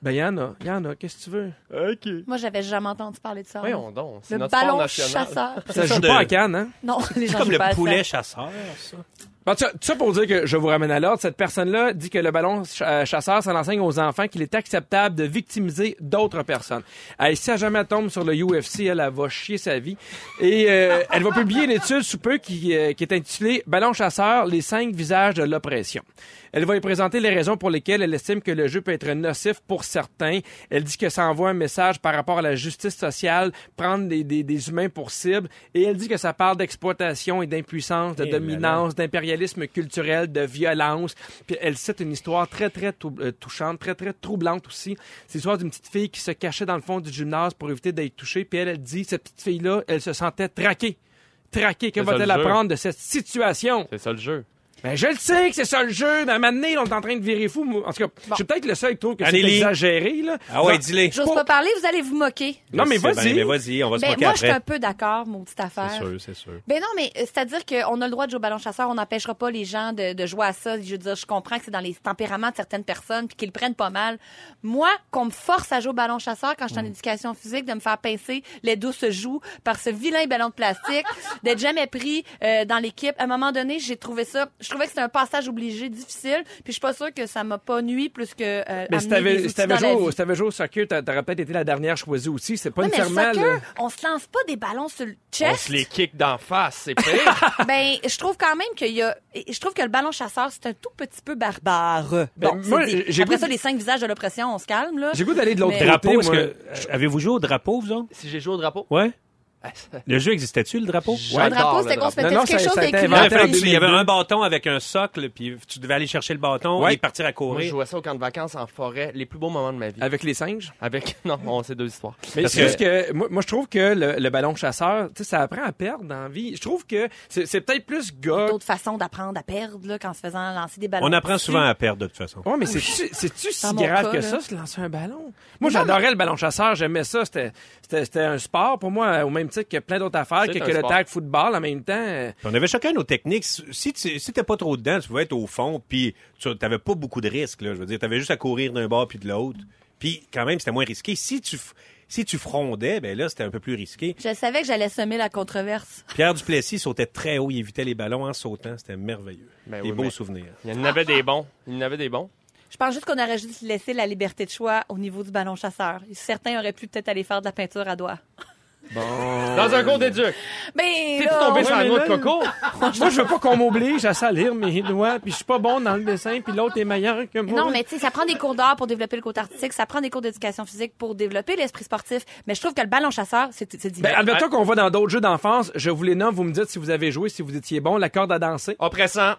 [SPEAKER 3] Ben il y en a, il y en a, qu'est-ce que tu veux?
[SPEAKER 6] OK.
[SPEAKER 7] Moi, j'avais jamais entendu parler de ça.
[SPEAKER 6] Voyons donc, c'est
[SPEAKER 7] Le
[SPEAKER 6] notre sport
[SPEAKER 7] ballon
[SPEAKER 6] national.
[SPEAKER 7] chasseur.
[SPEAKER 3] Ça se
[SPEAKER 4] sorte
[SPEAKER 3] joue
[SPEAKER 4] de-
[SPEAKER 3] pas à Cannes, hein?
[SPEAKER 7] Non, les gens
[SPEAKER 4] Comme
[SPEAKER 7] jouent
[SPEAKER 4] le
[SPEAKER 7] pas à ça.
[SPEAKER 4] poulet chasseur, ça.
[SPEAKER 3] Bon, tout Ben, ça- tout ça pour dire que je vous ramène à l'ordre. Cette personne-là dit que le ballon ch- euh, chasseur, ça l'enseigne aux enfants qu'il est acceptable de victimiser d'autres personnes. Elle, si elle jamais elle tombe sur le UFC, elle, elle va chier sa vie. Et euh, elle va publier une étude sous peu qui, euh, qui est intitulée Ballon chasseur, les cinq visages de l'oppression. Elle va y présenter les raisons pour lesquelles elle estime que le jeu peut être nocif pour certains. Elle dit que ça envoie un message par rapport à la justice sociale, prendre des, des- des humains pour cible. Et elle dit que ça parle d'exploitation et d'impuissance, de
[SPEAKER 4] Eh là là.
[SPEAKER 3] dominance violence, d'impérialisme culturel, de violence. Puis elle cite une histoire très, très tou- euh, touchante, très, très troublante aussi. C'est l'histoire d'une petite fille qui se cachait dans le fond du gymnase pour éviter d'être touchée. Puis elle, elle dit, cette petite fille-là, elle se sentait traquée. Traquée. Que
[SPEAKER 6] C'est ça,
[SPEAKER 3] va-t-elle
[SPEAKER 6] le jeu.
[SPEAKER 3] apprendre de cette situation?
[SPEAKER 6] C'est ça le jeu.
[SPEAKER 3] Ben, je le sais que c'est ça le jeu. Mais à un moment donné, on est en train de virer fou. Moi, En tout cas, je suis peut-être le seul qui trouve que c'est
[SPEAKER 4] Anneli.
[SPEAKER 3] exagéré, là.
[SPEAKER 4] Ah ouais,
[SPEAKER 3] Non,
[SPEAKER 4] dis-les.
[SPEAKER 7] J'ose pas parler, vous allez vous moquer.
[SPEAKER 3] Non, mais
[SPEAKER 4] Je sais
[SPEAKER 3] vas-y.
[SPEAKER 4] bien, Mais vas-y, on va se
[SPEAKER 7] Ben,
[SPEAKER 4] moquer
[SPEAKER 7] moi, je suis
[SPEAKER 4] après.
[SPEAKER 7] un peu d'accord, mon petite affaire.
[SPEAKER 4] C'est sûr, c'est sûr.
[SPEAKER 7] Ben non, mais euh, c'est-à-dire qu'on a le droit de jouer au ballon chasseur, on n'empêchera pas les gens de, de jouer à ça. Je veux dire, je comprends que c'est dans les tempéraments de certaines personnes puis qu'ils le prennent pas mal. Moi, qu'on me force à jouer au ballon chasseur quand je suis
[SPEAKER 3] Mm.
[SPEAKER 7] en éducation physique, de me faire pincer les dos se jouent par ce vilain ballon de plastique, d'être jamais pris euh, dans l'équipe. À un moment donné, j'ai trouvé ça, je trouvais que c'était un passage obligé, difficile, puis je suis pas sûre que ça m'a pas nui plus que euh,
[SPEAKER 3] Mais
[SPEAKER 7] amener
[SPEAKER 3] si
[SPEAKER 7] des
[SPEAKER 3] t'avais
[SPEAKER 7] outils
[SPEAKER 3] si t'avais
[SPEAKER 7] dans la
[SPEAKER 3] joué,
[SPEAKER 7] vie.
[SPEAKER 3] au- si t'avais joué au soccer, t'a- t'aurais peut-être été la dernière choisie aussi. C'est pas
[SPEAKER 7] Ouais, mais le
[SPEAKER 3] nécessairement.
[SPEAKER 7] soccer,
[SPEAKER 3] le-
[SPEAKER 7] on se lance pas des ballons sur le
[SPEAKER 6] On
[SPEAKER 7] chest.
[SPEAKER 6] se les kick d'en face, c'est pire.
[SPEAKER 7] Ben, je trouve quand même qu'il y a. Je trouve que le ballon chasseur, c'est un tout petit peu barbare.
[SPEAKER 3] Ben,
[SPEAKER 7] bon,
[SPEAKER 3] moi,
[SPEAKER 7] c'est dit.
[SPEAKER 3] j'ai
[SPEAKER 7] Après
[SPEAKER 3] goût-
[SPEAKER 7] ça, les cinq visages de l'oppression, on se calme, là.
[SPEAKER 3] J'ai goût d'aller de l'autre
[SPEAKER 7] Mais-
[SPEAKER 3] côté.
[SPEAKER 4] Drapeau, est-ce
[SPEAKER 3] moi.
[SPEAKER 4] que. Avez-vous joué au drapeau, vous autres?
[SPEAKER 6] si j'ai joué au drapeau,
[SPEAKER 4] Ouais? Le jeu existait-tu, le drapeau?
[SPEAKER 7] Un
[SPEAKER 6] J'adore
[SPEAKER 7] drapeau,
[SPEAKER 6] le
[SPEAKER 7] c'était qu'on
[SPEAKER 6] drapeau.
[SPEAKER 7] se mettait
[SPEAKER 3] Non, non,
[SPEAKER 7] quelque
[SPEAKER 3] ça-
[SPEAKER 7] chose
[SPEAKER 3] ça a été
[SPEAKER 7] avec
[SPEAKER 4] Il y
[SPEAKER 3] inventé.
[SPEAKER 7] une-
[SPEAKER 4] avait,
[SPEAKER 3] Attends,
[SPEAKER 4] il y avait
[SPEAKER 3] 2002.
[SPEAKER 4] un bâton avec un socle, puis tu devais aller chercher le bâton
[SPEAKER 3] Ouais.
[SPEAKER 4] et partir à courir.
[SPEAKER 6] Moi, je jouais ça au camp de vacances en forêt, les plus beaux moments de ma vie.
[SPEAKER 3] Avec les singes.
[SPEAKER 6] Avec. Non, on sait deux histoires.
[SPEAKER 3] Mais
[SPEAKER 4] Parce
[SPEAKER 3] c'est
[SPEAKER 4] que-
[SPEAKER 3] juste que moi, moi, je trouve que le, le ballon chasseur, tu sais, ça apprend à perdre dans la vie. Je trouve que c'est c'est peut-être plus gars.
[SPEAKER 7] d'autres façons d'apprendre à perdre, là, qu'en se faisant lancer des ballons.
[SPEAKER 4] On apprend
[SPEAKER 7] dessus.
[SPEAKER 4] souvent à perdre, de toute façon.
[SPEAKER 3] Ouais, mais c'est-tu c'est-tu si
[SPEAKER 7] Dans mon
[SPEAKER 3] grave
[SPEAKER 7] cas,
[SPEAKER 3] que
[SPEAKER 7] là.
[SPEAKER 3] ça, se lancer un ballon? Moi, j'adorais le ballon chasseur, j'aimais ça. C'était- C'était c'était un sport pour moi, au même titre que plein d'autres affaires,
[SPEAKER 6] C'est
[SPEAKER 3] que,
[SPEAKER 6] un
[SPEAKER 3] que le
[SPEAKER 6] sport.
[SPEAKER 3] tag football en même temps. euh,
[SPEAKER 4] Puis On avait chacun nos techniques. Si tu si t'es pas trop dedans, tu pouvais être au fond, puis tu n'avais pas beaucoup de risques. là. Je veux dire, tu avais juste à courir d'un bord puis de l'autre. Puis quand même, c'était moins risqué. Si tu, f- si tu frondais, ben là, c'était un peu plus risqué.
[SPEAKER 7] Je savais que j'allais semer la controverse.
[SPEAKER 4] Pierre Duplessis sautait très haut, il évitait les ballons en sautant. C'était merveilleux.
[SPEAKER 6] Ben
[SPEAKER 4] des
[SPEAKER 6] oui,
[SPEAKER 4] beaux
[SPEAKER 6] mais-
[SPEAKER 4] souvenirs.
[SPEAKER 6] Il y en avait des bons. Il y en avait des bons.
[SPEAKER 7] Je pense juste qu'on aurait juste laissé la liberté de choix au niveau du ballon chasseur. Certains auraient pu peut-être aller faire de la peinture à doigts.
[SPEAKER 6] Dans un cours d'éduc.
[SPEAKER 7] Mais
[SPEAKER 6] T'es-tu
[SPEAKER 7] Ben, là,
[SPEAKER 6] tombé
[SPEAKER 7] on-
[SPEAKER 6] sur un autre coco?
[SPEAKER 3] moi, je veux pas qu'on m'oblige à salir mes doigts, puis je suis pas bon dans le dessin, puis l'autre est meilleur que moi.
[SPEAKER 7] Non, mais tu sais, ça prend des cours d'art pour développer le côté artistique, ça prend des cours d'éducation physique pour développer l'esprit sportif. Mais je trouve que le ballon chasseur, c'est c'est divin.
[SPEAKER 3] Ben, admettons qu'on va dans d'autres jeux d'enfance, je vous les nomme, vous me dites si vous avez joué, si vous étiez bon, la corde à danser,
[SPEAKER 6] Oppressant.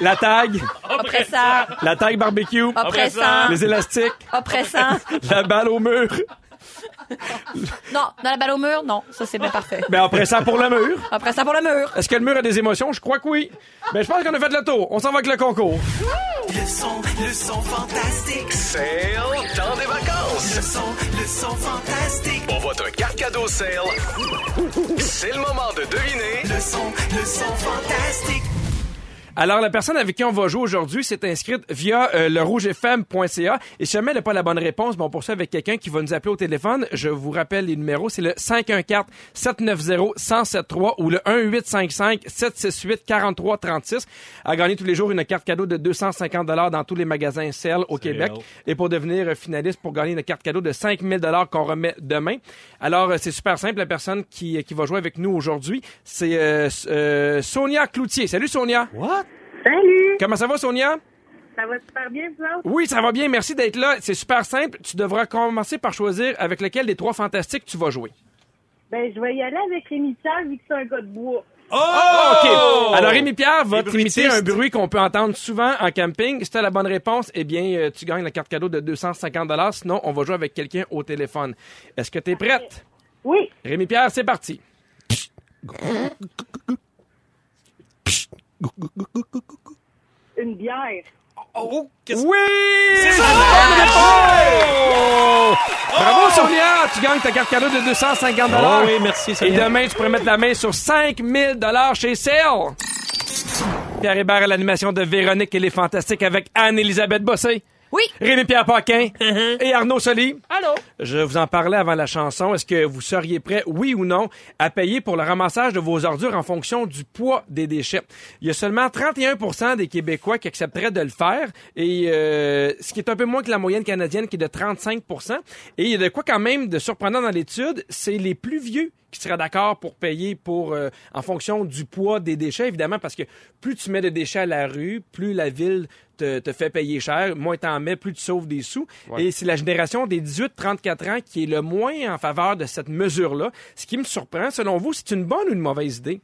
[SPEAKER 3] la tag,
[SPEAKER 7] oppresseur,
[SPEAKER 3] la tag barbecue,
[SPEAKER 7] Ah, oppressant,
[SPEAKER 3] les élastiques,
[SPEAKER 7] oppressant.
[SPEAKER 3] la balle au mur,
[SPEAKER 7] Non, dans la balle au mur, non, ça c'est bien parfait.
[SPEAKER 3] ben après ça pour le mur.
[SPEAKER 7] Oppressant pour le mur.
[SPEAKER 3] Est-ce que le mur a des émotions? Je crois que oui. Mais je pense qu'on a fait le tour. On s'en va avec le concours.
[SPEAKER 8] Le son, le son fantastique.
[SPEAKER 9] C'est le temps des vacances.
[SPEAKER 8] Le son, le son fantastique.
[SPEAKER 9] On votre carte cadeau sale. C'est le moment de deviner
[SPEAKER 8] Le son, le son fantastique.
[SPEAKER 3] Alors, la personne avec qui on va jouer aujourd'hui s'est inscrite via euh, le rougefm.ca. Et si jamais elle n'a pas la bonne réponse, bon, pour ça, avec quelqu'un qui va nous appeler au téléphone, je vous rappelle les numéros, c'est le 514-790-1073 ou le 1855-768-4336. À gagner tous les jours une carte cadeau de 250 dans tous les magasins Cell au Québec.
[SPEAKER 4] haut.
[SPEAKER 3] Et pour devenir euh, finaliste, pour gagner une carte cadeau de 5000 qu'on remet demain. Alors, euh, c'est super simple. La personne qui, qui va jouer avec nous aujourd'hui, c'est euh, S- euh, Sonia Cloutier. Salut Sonia!
[SPEAKER 10] Salut!
[SPEAKER 3] Comment ça va, Sonia?
[SPEAKER 10] Ça va super bien, vous autres?
[SPEAKER 3] Oui, ça va bien. Merci d'être là. C'est super simple. Tu devras commencer par choisir avec lequel des trois fantastiques tu vas jouer.
[SPEAKER 10] Ben, je vais y aller avec Rémi Pierre, vu que c'est un gars de bois.
[SPEAKER 3] OK. Alors, Rémi-Pierre va
[SPEAKER 4] Les
[SPEAKER 3] t'imiter
[SPEAKER 4] bruitistes.
[SPEAKER 3] un bruit qu'on peut entendre souvent en camping. Si tu as la bonne réponse, eh bien, euh, tu gagnes la carte cadeau de 250 Sinon, on va jouer avec quelqu'un au téléphone. Est-ce que tu es prête?
[SPEAKER 10] Oui,
[SPEAKER 3] Rémi-Pierre, c'est parti.
[SPEAKER 10] une bière.
[SPEAKER 3] Oui! C'est ça! Bravo, Sonia! Tu gagnes ta carte cadeau de 250
[SPEAKER 4] Oh oui, merci,
[SPEAKER 3] Et
[SPEAKER 4] Sonia.
[SPEAKER 3] demain, tu pourrais mettre la main sur 5000 dollars chez Cell. Pierre Hébert à l'animation de Véronique et les Fantastiques avec Anne-Élisabeth Bossé.
[SPEAKER 7] Oui.
[SPEAKER 3] Rémi-Pierre Paquin
[SPEAKER 4] Uh-huh.
[SPEAKER 3] et Arnaud Soli. Allô. Je vous en parlais avant la chanson. Est-ce que vous seriez prêt, oui ou non, à payer pour le ramassage de vos ordures en fonction du poids des déchets? Il y a seulement 31 des Québécois qui accepteraient de le faire, et euh, ce qui est un peu moins que la moyenne canadienne qui est de 35 Et il y a de quoi quand même de surprenant dans l'étude, c'est les plus vieux qui seraient d'accord pour payer pour euh, en fonction du poids des déchets, évidemment, parce que plus tu mets de déchets à la rue, plus la ville te, te fait payer cher, moins t'en mets, plus tu sauves des sous. Et c'est la génération des 18-34 ans qui est le moins en faveur de cette mesure-là. Ce qui me surprend, selon vous, c'est une bonne ou une mauvaise idée?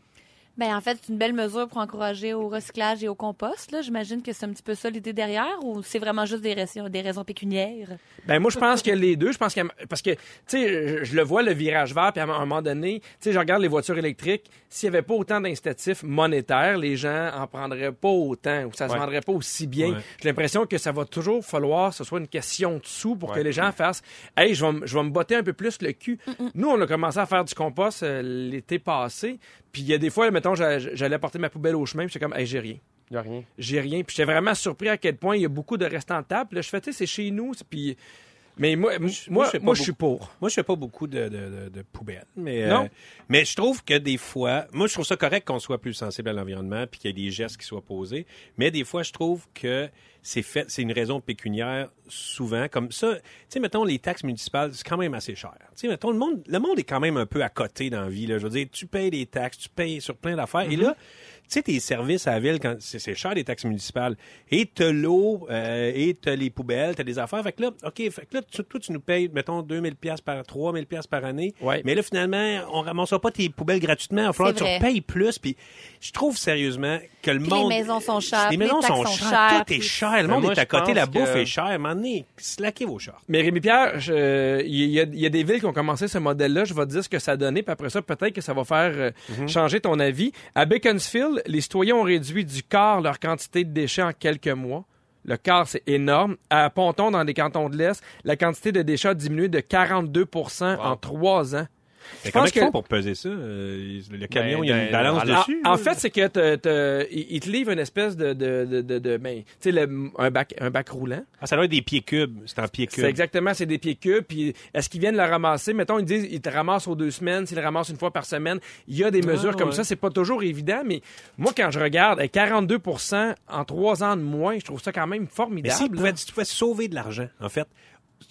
[SPEAKER 7] Ben en fait, c'est une belle mesure pour encourager au recyclage et au compost. Là, j'imagine que c'est un petit peu ça l'idée derrière, ou c'est vraiment juste des raisons, des raisons pécuniaires.
[SPEAKER 3] Ben moi je pense que les deux, je pense que parce que tu sais je, je le vois le virage vert puis à un moment donné, tu sais je regarde les voitures électriques, s'il y avait pas autant d'incitatifs monétaires, les gens en prendraient pas autant ou ça se vendrait pas aussi bien.
[SPEAKER 4] Ouais.
[SPEAKER 3] J'ai l'impression que ça va toujours falloir que ce soit une question de sous pour que les gens fassent "Hey, je vais me- je vais me botter un peu plus le cul." Nous on a commencé à faire du compost euh, l'été passé, puis il y a des fois mettons j'a- j'allais porter ma poubelle au chemin, puis j'étais comme "Hey, j'ai rien."
[SPEAKER 6] Il y a rien.
[SPEAKER 3] j'ai rien. Puis j'étais vraiment surpris à quel point il y a beaucoup de restants de table. Là, je fais, tu sais, c'est chez nous. c'est- Puis... Mais moi, moi,
[SPEAKER 4] je- moi,
[SPEAKER 3] moi,
[SPEAKER 4] je sais pas
[SPEAKER 3] je suis pour.
[SPEAKER 4] Moi, je fais pas beaucoup de, de, de- de poubelles, mais euh,
[SPEAKER 3] Non.
[SPEAKER 4] mais je trouve que des fois, moi, je trouve ça correct qu'on soit plus sensible à l'environnement puis qu'il y ait des gestes qui soient posés, mais des fois, je trouve que c'est fait, c'est une raison pécuniaire souvent comme ça. Tu sais, mettons les taxes municipales, c'est quand même assez cher. Tu sais, mettons le monde, le monde est quand même un peu à côté dans la vie. Là. Je veux dire, tu payes des taxes, tu payes sur plein d'affaires, et là, sais, tes services à la ville, quand c'est c'est cher des taxes municipales. Et t'as l'eau, euh, et t'as les poubelles, t'as des affaires. Fait que là, OK, fait que là, tu- toi, tu nous payes, mettons, 2000 pièces par, 3000 pièces par année.
[SPEAKER 3] Ouais.
[SPEAKER 4] Mais là, finalement, on ramassera pas tes poubelles gratuitement. Il va falloir
[SPEAKER 7] C'est
[SPEAKER 4] que tu
[SPEAKER 7] vrai.
[SPEAKER 4] payes plus. Puis je trouve sérieusement que le
[SPEAKER 7] Puis les
[SPEAKER 4] monde...
[SPEAKER 7] maisons sont chères,
[SPEAKER 4] Les
[SPEAKER 7] puis les
[SPEAKER 4] maisons
[SPEAKER 7] taxes
[SPEAKER 4] sont
[SPEAKER 7] sont
[SPEAKER 4] chères.
[SPEAKER 7] chères,
[SPEAKER 4] Tout est
[SPEAKER 7] puis-
[SPEAKER 4] cher.
[SPEAKER 3] Ben,
[SPEAKER 4] Le monde
[SPEAKER 6] moi,
[SPEAKER 4] est à
[SPEAKER 6] je
[SPEAKER 4] côté. La
[SPEAKER 6] pense
[SPEAKER 4] bouffe
[SPEAKER 6] que-
[SPEAKER 4] est chère. M'emmener, slaquez vos chars.
[SPEAKER 3] Mais Rémi Pierre, je- il y, a- il y a des villes qui ont commencé ce modèle-là. Je vais te dire ce que ça a donné, puis après ça, peut-être que ça va faire euh,
[SPEAKER 4] Mhm.
[SPEAKER 3] changer ton avis. À Beaconsfield, les citoyens ont réduit du quart leur quantité de déchets en quelques mois. Le quart, c'est énorme. À Ponton, dans les cantons de l'Est, la quantité de déchets a diminué de 42 en trois ans.
[SPEAKER 4] Mais
[SPEAKER 3] Je
[SPEAKER 4] comment
[SPEAKER 3] pense
[SPEAKER 4] ils
[SPEAKER 3] que-
[SPEAKER 4] font pour peser ça? Euh, ils- le camion,
[SPEAKER 6] Ben,
[SPEAKER 4] il y a une
[SPEAKER 6] ben,
[SPEAKER 4] balance
[SPEAKER 6] alors-
[SPEAKER 4] dessus.
[SPEAKER 3] Ah, En, en
[SPEAKER 4] là.
[SPEAKER 3] fait, c'est que te- te- il il te livre une espèce de, de, de, de- de- ben, tu sais, le- un bac, un bac roulant.
[SPEAKER 4] Ah, ça doit être des pieds cubes. C'est en pieds cubes.
[SPEAKER 3] C'est exactement, c'est des pieds cubes. Puis est-ce qu'ils viennent le ramasser? Mettons, ils disent, ils te ramassent aux deux semaines, s'ils le ramassent une fois par semaine. Il y a des mesures comme
[SPEAKER 4] Ah, ouais.
[SPEAKER 3] ça. C'est pas toujours évident, mais moi, quand je regarde, eh, 42 en trois ans de moins, je trouve ça quand même
[SPEAKER 4] Mais si tu
[SPEAKER 3] formidable.
[SPEAKER 4] pouvais, tu pouvais sauver de l'argent, en fait,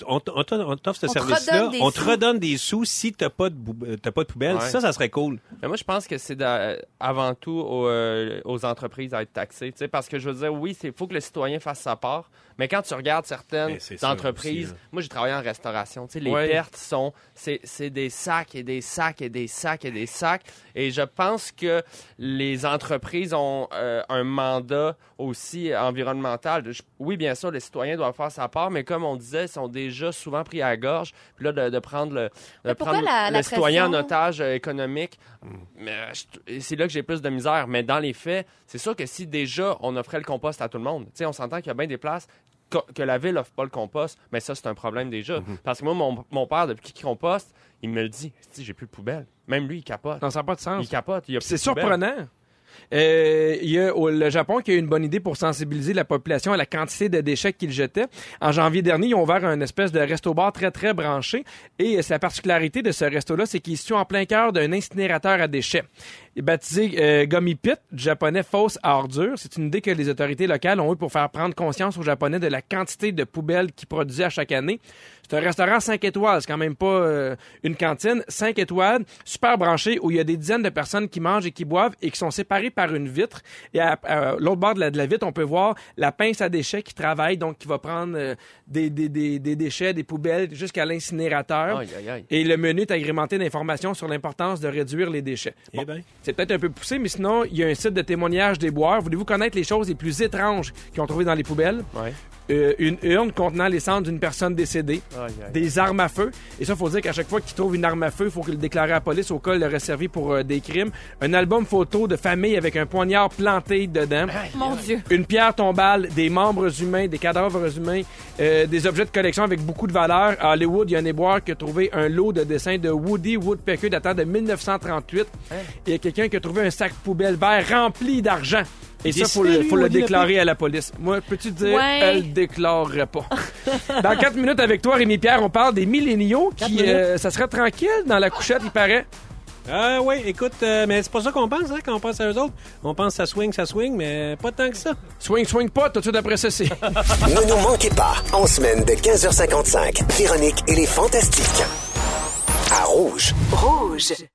[SPEAKER 4] on t- on t- on t'offre ce
[SPEAKER 7] On te
[SPEAKER 4] service-là,
[SPEAKER 7] redonne des
[SPEAKER 4] on te
[SPEAKER 7] sous.
[SPEAKER 4] redonne des sous si t'as pas de, bou- euh, t'as pas de poubelle.
[SPEAKER 6] Ouais.
[SPEAKER 4] Ça, ça serait cool.
[SPEAKER 6] Mais moi, je pense que c'est d'a- euh, avant tout aux, euh, aux entreprises à être taxées. tu sais, Parce que je veux dire, oui, il faut que le citoyen fasse sa part. Mais quand tu regardes certaines
[SPEAKER 4] Mais c'est ça
[SPEAKER 6] entreprises,
[SPEAKER 4] aussi, là.
[SPEAKER 6] moi, j'ai travaillé en restauration. tu sais, Les
[SPEAKER 3] Ouais.
[SPEAKER 6] pertes sont. C'est c'est des sacs et des sacs et des sacs et des sacs. Et je pense que les entreprises ont euh, un mandat aussi environnemental. Je- oui, bien sûr, les citoyens doivent faire sa part. Mais comme on disait, ils sont déjà souvent pris à la gorge. Puis là, de, de prendre le, de
[SPEAKER 7] Mais pourquoi
[SPEAKER 6] prendre
[SPEAKER 7] la-
[SPEAKER 6] le
[SPEAKER 7] la
[SPEAKER 6] citoyen en
[SPEAKER 7] pression?
[SPEAKER 6] otage euh, économique. Mais, euh, je- et c'est là que j'ai plus de misère. Mais dans les faits, c'est sûr que si déjà on offrait le compost à tout le monde, tu sais, on s'entend qu'il y a bien des places co- que la ville offre pas le compost, mais ça, c'est un problème déjà. Parce que moi, mon, mon père, depuis qu'il composte, il me le dit, Si, j'ai plus de poubelle. Même lui, il capote.
[SPEAKER 3] Non, ça n'a pas de sens.
[SPEAKER 6] Il capote. Il y a
[SPEAKER 3] Ah, C'est
[SPEAKER 6] plus de poubelle.
[SPEAKER 3] surprenant. Euh, il y a au- le Japon qui a eu une bonne idée pour sensibiliser la population à la quantité de déchets qu'ils jetaient. En janvier dernier, ils ont ouvert un espèce de resto-bar très, très branché. Et euh, sa particularité de ce resto-là, c'est qu'il est situe en plein cœur d'un incinérateur à déchets. Il est baptisé euh, Gummy Pit, du japonais fausse à ordures. C'est une idée que les autorités locales ont eue pour faire prendre conscience aux Japonais de la quantité de poubelles qu'ils produisaient à chaque année. C'est un restaurant 5 étoiles, c'est quand même pas euh, une cantine. 5 étoiles, super branché, où il y a des dizaines de personnes qui mangent et qui boivent et qui sont séparées par une vitre. Et à, à l'autre bord de la, de la vitre, on peut voir la pince à déchets qui travaille, donc qui va prendre euh, des, des- des- des déchets, des poubelles jusqu'à l'incinérateur.
[SPEAKER 6] Aïe, aïe, aïe.
[SPEAKER 3] Et le menu est agrémenté d'informations sur l'importance de réduire les déchets.
[SPEAKER 4] Eh ben.
[SPEAKER 3] C'est peut-être un peu poussé, mais sinon, il y a un site de témoignage des boires. Voulez-vous connaître les choses les plus étranges qu'ils ont trouvées dans les poubelles?
[SPEAKER 6] Ouais.
[SPEAKER 3] Euh, une urne contenant les cendres d'une personne décédée,
[SPEAKER 6] Aïe, aïe.
[SPEAKER 3] des armes à feu. Et ça, faut dire qu'à chaque fois qu'ils trouvent une arme à feu, il faut qu'ils le déclarent à la police au cas où il aurait servi pour euh, des crimes. Un album photo de famille avec un poignard planté dedans.
[SPEAKER 7] Mon Dieu.
[SPEAKER 3] Une pierre tombale, des membres humains, des cadavres humains, euh, des objets de collection avec beaucoup de valeur. À Hollywood, il y a un éboire qui a trouvé un lot de dessins de Woody Woodpecker datant de 1938. Et Il y a quelqu'un qui a trouvé un sac poubelle vert rempli d'argent. Et ça, faut le,
[SPEAKER 4] décédé,
[SPEAKER 3] faut le
[SPEAKER 4] Woody
[SPEAKER 3] déclarer à la police. Moi, peux-tu dire,
[SPEAKER 7] Ouais.
[SPEAKER 3] elle déclarerait pas. dans 4 minutes avec toi, Rémi Pierre, on parle des milléniaux qui, euh, ça serait tranquille dans la couchette, il paraît.
[SPEAKER 4] Ah oui, écoute, euh, mais c'est pas ça qu'on pense, hein, quand on pense à eux autres. On pense ça swing, ça swing, mais pas tant que ça.
[SPEAKER 3] Swing, swing pas, tout de suite après ça, c'est.
[SPEAKER 1] Ne nous manquez pas, en semaine de 15h55, Véronique et les Fantastiques. À Rouge.
[SPEAKER 11] Rouge.